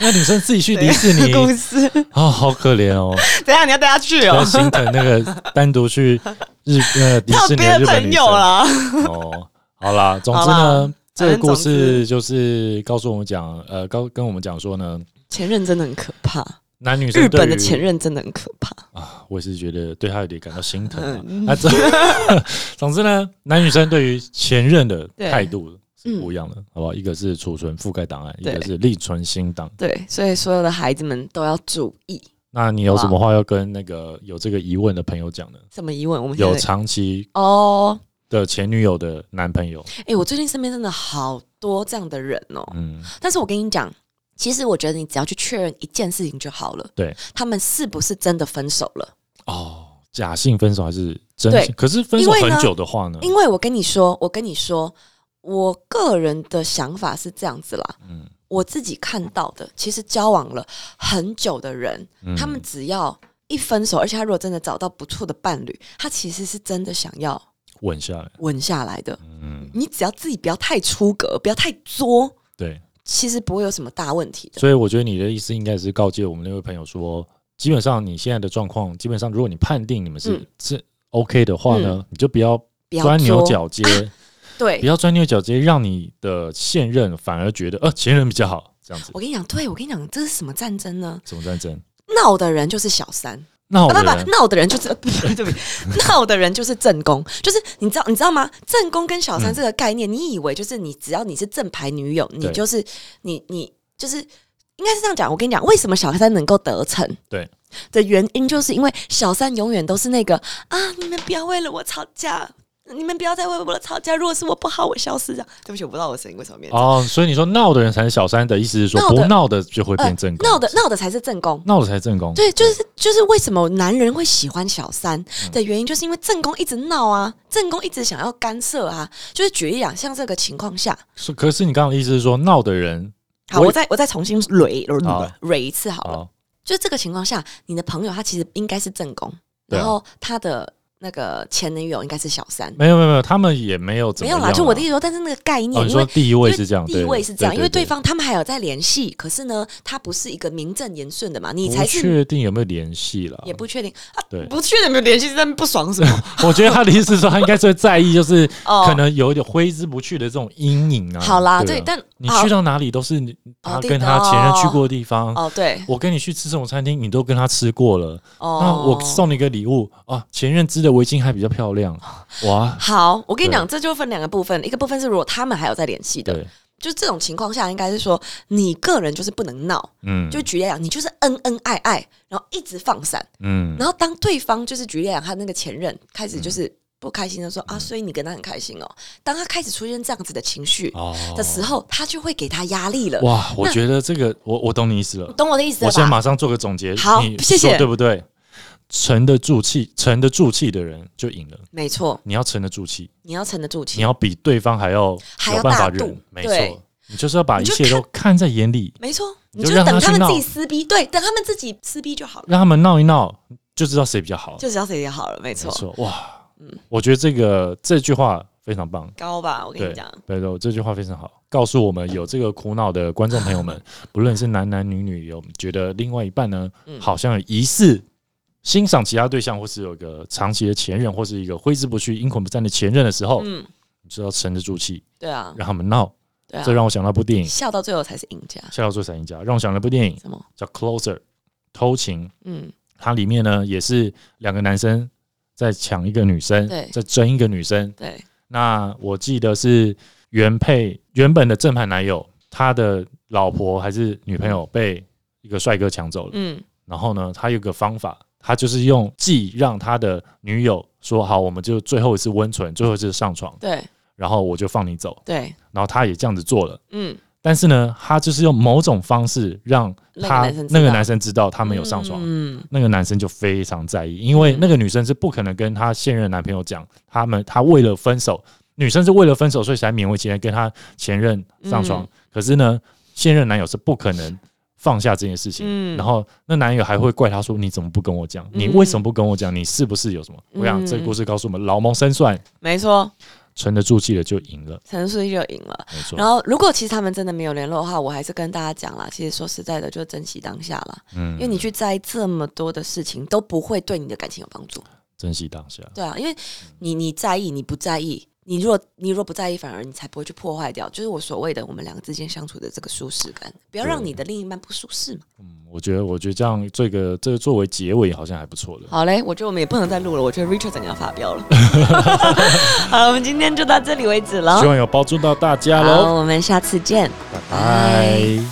Speaker 2: 那女生自己去迪士尼
Speaker 1: 故事。
Speaker 2: 哦，好可怜哦，
Speaker 1: 等一下你要带她去
Speaker 2: 要
Speaker 1: 哦，
Speaker 2: 心疼那个单独去日呃迪
Speaker 1: 她
Speaker 2: 士
Speaker 1: 有
Speaker 2: 尼
Speaker 1: 别
Speaker 2: 的日
Speaker 1: 的
Speaker 2: 本
Speaker 1: 朋
Speaker 2: 女
Speaker 1: 友
Speaker 2: 生。
Speaker 1: 啦。
Speaker 2: 哦，好啦，总之
Speaker 1: 好
Speaker 2: 呢
Speaker 1: 啦，
Speaker 2: 这个
Speaker 1: 反正
Speaker 2: 故
Speaker 1: 总
Speaker 2: 事就是告诉我们讲，呃，告跟我们讲说呢，
Speaker 1: 前任真的很可怕，
Speaker 2: 男女
Speaker 1: 日
Speaker 2: 生对
Speaker 1: 本的
Speaker 2: 于
Speaker 1: 前任真的很可怕。
Speaker 2: 啊，我也是觉得对他有点感到心疼 啊。
Speaker 1: 嗯
Speaker 2: 那总 总之呢，男女生对于前任的
Speaker 1: 对嗯
Speaker 2: 态度是不一样的，好不好？一个是储存覆盖档案，一
Speaker 1: 对
Speaker 2: 个是立存新档。
Speaker 1: 对，所以所有的孩子们都要注意。
Speaker 2: 那你有什么话要跟那个有这个疑问的朋友讲呢？
Speaker 1: 什么疑问？我们现
Speaker 2: 有
Speaker 1: 在
Speaker 2: 长期
Speaker 1: 哦，
Speaker 2: 的前女友的男朋友，
Speaker 1: 哎、我最近身边真的好多这样的人哦。
Speaker 2: 嗯，
Speaker 1: 但是我跟你讲，其实我觉得你只要去确认一件事情就好了，
Speaker 2: 对，
Speaker 1: 他们是不是真的分手了？
Speaker 2: 哦，假性分手还是真
Speaker 1: 对
Speaker 2: 性？可是分手
Speaker 1: 因为呢
Speaker 2: 很久的话呢？
Speaker 1: 因为我跟你说，我跟你说，我个人的想法是这样子啦。
Speaker 2: 嗯
Speaker 1: 我自己看到的，其实交往了很久的人，
Speaker 2: 嗯
Speaker 1: 他们只要一分手，而且他如果真的找到不错的伴侣，他其实是真的想要
Speaker 2: 稳下来，
Speaker 1: 稳下来的。
Speaker 2: 嗯，
Speaker 1: 你只要自己不要太出格，不要太作，
Speaker 2: 对。
Speaker 1: 其实不会有什么大问题的。
Speaker 2: 所以我觉得你的意思应该是告诫我们那位朋友说，基本上你现在的状况，基本上如果你判定你们是、
Speaker 1: 嗯
Speaker 2: 是 OK 的话呢，你就不要
Speaker 1: 不要
Speaker 2: 钻牛
Speaker 1: 作
Speaker 2: 角尖，
Speaker 1: 对
Speaker 2: 不，要钻牛角尖，让你的现任反而觉得呃前任比较好，这样子
Speaker 1: 我跟你讲，对我跟你讲，这是什么战争呢？
Speaker 2: 怎么战争？
Speaker 1: 闹的人就是小三，
Speaker 2: 那
Speaker 1: 啊
Speaker 2: 我
Speaker 1: 不
Speaker 2: 们
Speaker 1: 不，闹的人就是 不对不起，闹的人就是正宫，就是你知道你知道吗？正宫跟小三
Speaker 2: 嗯
Speaker 1: 这个概念，你以为就是你只要你是正牌女友，你
Speaker 2: 对
Speaker 1: 就是你你就是应该是这样讲。我跟你讲，为什么小三能够得逞？
Speaker 2: 对。
Speaker 1: 的原因就是因为小三永远都是那个啊，你们不要为了我吵架，你们不要再为我吵架。如果是我不好，我消失这样。对不起，我不知道我的声音为什么变成
Speaker 2: 哦，所以你说闹的人才是小三的意思是说
Speaker 1: 闹的嗯
Speaker 2: 不闹的就会变正宫，
Speaker 1: 闹的闹的才是正宫。
Speaker 2: 闹的才是正宫，
Speaker 1: 对，就是就是为什么男人会喜欢小三
Speaker 2: 嗯
Speaker 1: 的原因，就是因为正宫一直闹啊，正宫一直想要干涉啊。就是举例讲，像这个情况下，
Speaker 2: 是可是你刚刚的意思是说闹的人
Speaker 1: 好，
Speaker 2: 我
Speaker 1: 我再我再重新蕊
Speaker 2: 好
Speaker 1: 蕊一次好了。
Speaker 2: 啊
Speaker 1: 就是这个情况下，你的朋友他其实应该是正宫，
Speaker 2: 对啊
Speaker 1: 然后他的那个前女友应该是小三，
Speaker 2: 没有没有没有，他们也没有怎
Speaker 1: 没
Speaker 2: 么
Speaker 1: 有
Speaker 2: 样啊
Speaker 1: 啦。就我的意思说，但是那个概
Speaker 2: 哦，
Speaker 1: 念，
Speaker 2: 你
Speaker 1: 因
Speaker 2: 说
Speaker 1: 为
Speaker 2: 地位是这样，
Speaker 1: 地位是这样，因为对
Speaker 2: 方。
Speaker 1: 方他们还有在联系，可是呢，他不是一个名正言顺的嘛，你
Speaker 2: 不
Speaker 1: 才是。
Speaker 2: 确定有没有联系了。
Speaker 1: 也不确定啊
Speaker 2: 对，
Speaker 1: 不确定有没有联系，在那边不爽什么？
Speaker 2: 我觉得他的意思是说，他应该最在意就是
Speaker 1: 哦，
Speaker 2: 可能有一点挥之不去的这种阴影啊。
Speaker 1: 好啦，
Speaker 2: 对
Speaker 1: 对，
Speaker 2: 啊
Speaker 1: 但
Speaker 2: 你
Speaker 1: 好
Speaker 2: 去到哪里都是你
Speaker 1: 哦
Speaker 2: 他
Speaker 1: 地
Speaker 2: 跟他前任去过的地方。
Speaker 1: 哦，对，
Speaker 2: 我跟你去吃这种餐厅，你都跟他吃过了。
Speaker 1: 哦，
Speaker 2: 那我送你个礼物啊，前任织的围巾还比较漂 亮，哇！
Speaker 1: 好，我跟你讲，这就分两个部分，一个部分是如果他们还有在联系的，
Speaker 2: 对，
Speaker 1: 就这种情况下，应该是说你个人就是不能闹，
Speaker 2: 嗯，
Speaker 1: 就举例来讲，你就是恩恩爱爱，然后一直放闪，
Speaker 2: 嗯，
Speaker 1: 然后当对方就是举例来讲，他那个前任开始就是不开心的说、
Speaker 2: 嗯
Speaker 1: 啊，所以你跟他很开心哦，当他开始出现这样子的情绪
Speaker 2: 哦
Speaker 1: 的时候，他就会给他压力了，
Speaker 2: 哇，我觉得这个我我懂你意思了。
Speaker 1: 懂我的意思
Speaker 2: 我
Speaker 1: 了
Speaker 2: 先
Speaker 1: 吧？
Speaker 2: 马上做个总结，
Speaker 1: 好
Speaker 2: 你
Speaker 1: 谢谢
Speaker 2: 说对不对？沉得住气，沉得住气的人就赢了。
Speaker 1: 没错，
Speaker 2: 你要沉得住气，
Speaker 1: 你要沉得住气
Speaker 2: 你，要比对方还要
Speaker 1: 还要
Speaker 2: 有办
Speaker 1: 大
Speaker 2: 法
Speaker 1: 度
Speaker 2: 忍，没
Speaker 1: 对
Speaker 2: 错，你就是要把一
Speaker 1: 你就
Speaker 2: 切都看在眼里，
Speaker 1: 没错，
Speaker 2: 你
Speaker 1: 你
Speaker 2: 就
Speaker 1: 就
Speaker 2: 让他
Speaker 1: 等他
Speaker 2: 去
Speaker 1: 们
Speaker 2: 闹
Speaker 1: 自己撕逼，对，等他们自己撕逼就好了。
Speaker 2: 让他们闹一闹，就知道谁比较好。
Speaker 1: 就只要谁也好了，没
Speaker 2: 没
Speaker 1: 错，嗯
Speaker 2: 错，哇，我觉得这个这句话非常棒。
Speaker 1: 高吧，我跟
Speaker 2: 对
Speaker 1: 你讲，，
Speaker 2: 对对，这句话非常好，告诉我们有这个苦恼的观众朋友 们，不论是男男女女，有觉得另外一半呢，
Speaker 1: 嗯
Speaker 2: 好像有疑似欣赏其他对象，或是有一个长期的前任，或是一个挥之不去、阴魂不散的前任的时候，
Speaker 1: 嗯，
Speaker 2: 你就要沉得住气，
Speaker 1: 对啊，
Speaker 2: 让他们闹。
Speaker 1: 对啊
Speaker 2: 这，让我想到一部电影《
Speaker 1: 笑到最后才是赢家，
Speaker 2: 夏洛做闪赢家》，让我想到一部电影
Speaker 1: 什么？
Speaker 2: 叫《Closer》偷情，
Speaker 1: 嗯，
Speaker 2: 它里面呢也是两个男生在抢一个女生
Speaker 1: 对，
Speaker 2: 在争一个女生。
Speaker 1: 对，
Speaker 2: 那我记得是原配原本的正牌男友，他的老婆还是女朋友被一个帅哥抢走了。
Speaker 1: 嗯，
Speaker 2: 然后呢，他有个方法，他就是用计让他的女友说好，我们就最后一次温存，最后一次上床，
Speaker 1: 对
Speaker 2: 然后我就放你走。
Speaker 1: 对，
Speaker 2: 然后他也这样子做了。
Speaker 1: 嗯，
Speaker 2: 但是呢，他就是用某种方式让
Speaker 1: 那个
Speaker 2: 他
Speaker 1: 男生知
Speaker 2: 那个
Speaker 1: 道
Speaker 2: 男生知道他们有上床，
Speaker 1: 嗯，
Speaker 2: 那个男生就非常在意，因为那个女生是不可能跟她现任男朋友讲，他们她为了分手，女生是为了分手，所以才勉为其难跟她前任上床。
Speaker 1: 嗯
Speaker 2: 可是呢，现任男友是不可能放下这件事情，
Speaker 1: 嗯
Speaker 2: 然后那男友还会怪她说：“你怎么不跟我讲？你为什么
Speaker 1: 嗯
Speaker 2: 不跟我讲？你是不是有什么？”我想这个故事告诉我们，老谋深算，
Speaker 1: 没错，
Speaker 2: 沉得住气的就赢了，
Speaker 1: 陈述就赢了。
Speaker 2: 没错。
Speaker 1: 然后，如果其实他们真的没有联络的话，我还是跟大家讲啦。其实说实在的，就珍惜当下啦，
Speaker 2: 嗯
Speaker 1: 因为你去在意这么多的事情都不会对你的感情有帮助。
Speaker 2: 珍惜当下，
Speaker 1: 对啊，因为你你在意，你不在意，你若你若不在意，反而你才不会去破坏掉，就是我所谓的我们两个之间相处的这个舒适感，不要让你的另一半不舒适嘛。
Speaker 2: 嗯我觉得，我觉得这样这个这个作为结尾好像还不错的。
Speaker 1: 好嘞，我觉得我们也不能再录了，我觉得 Richard 整个要发 飙了。好了，我们今天就到这里为止了
Speaker 2: 啊希，望有帮助到大家喽
Speaker 1: 好，。我们下次见。
Speaker 2: 拜拜。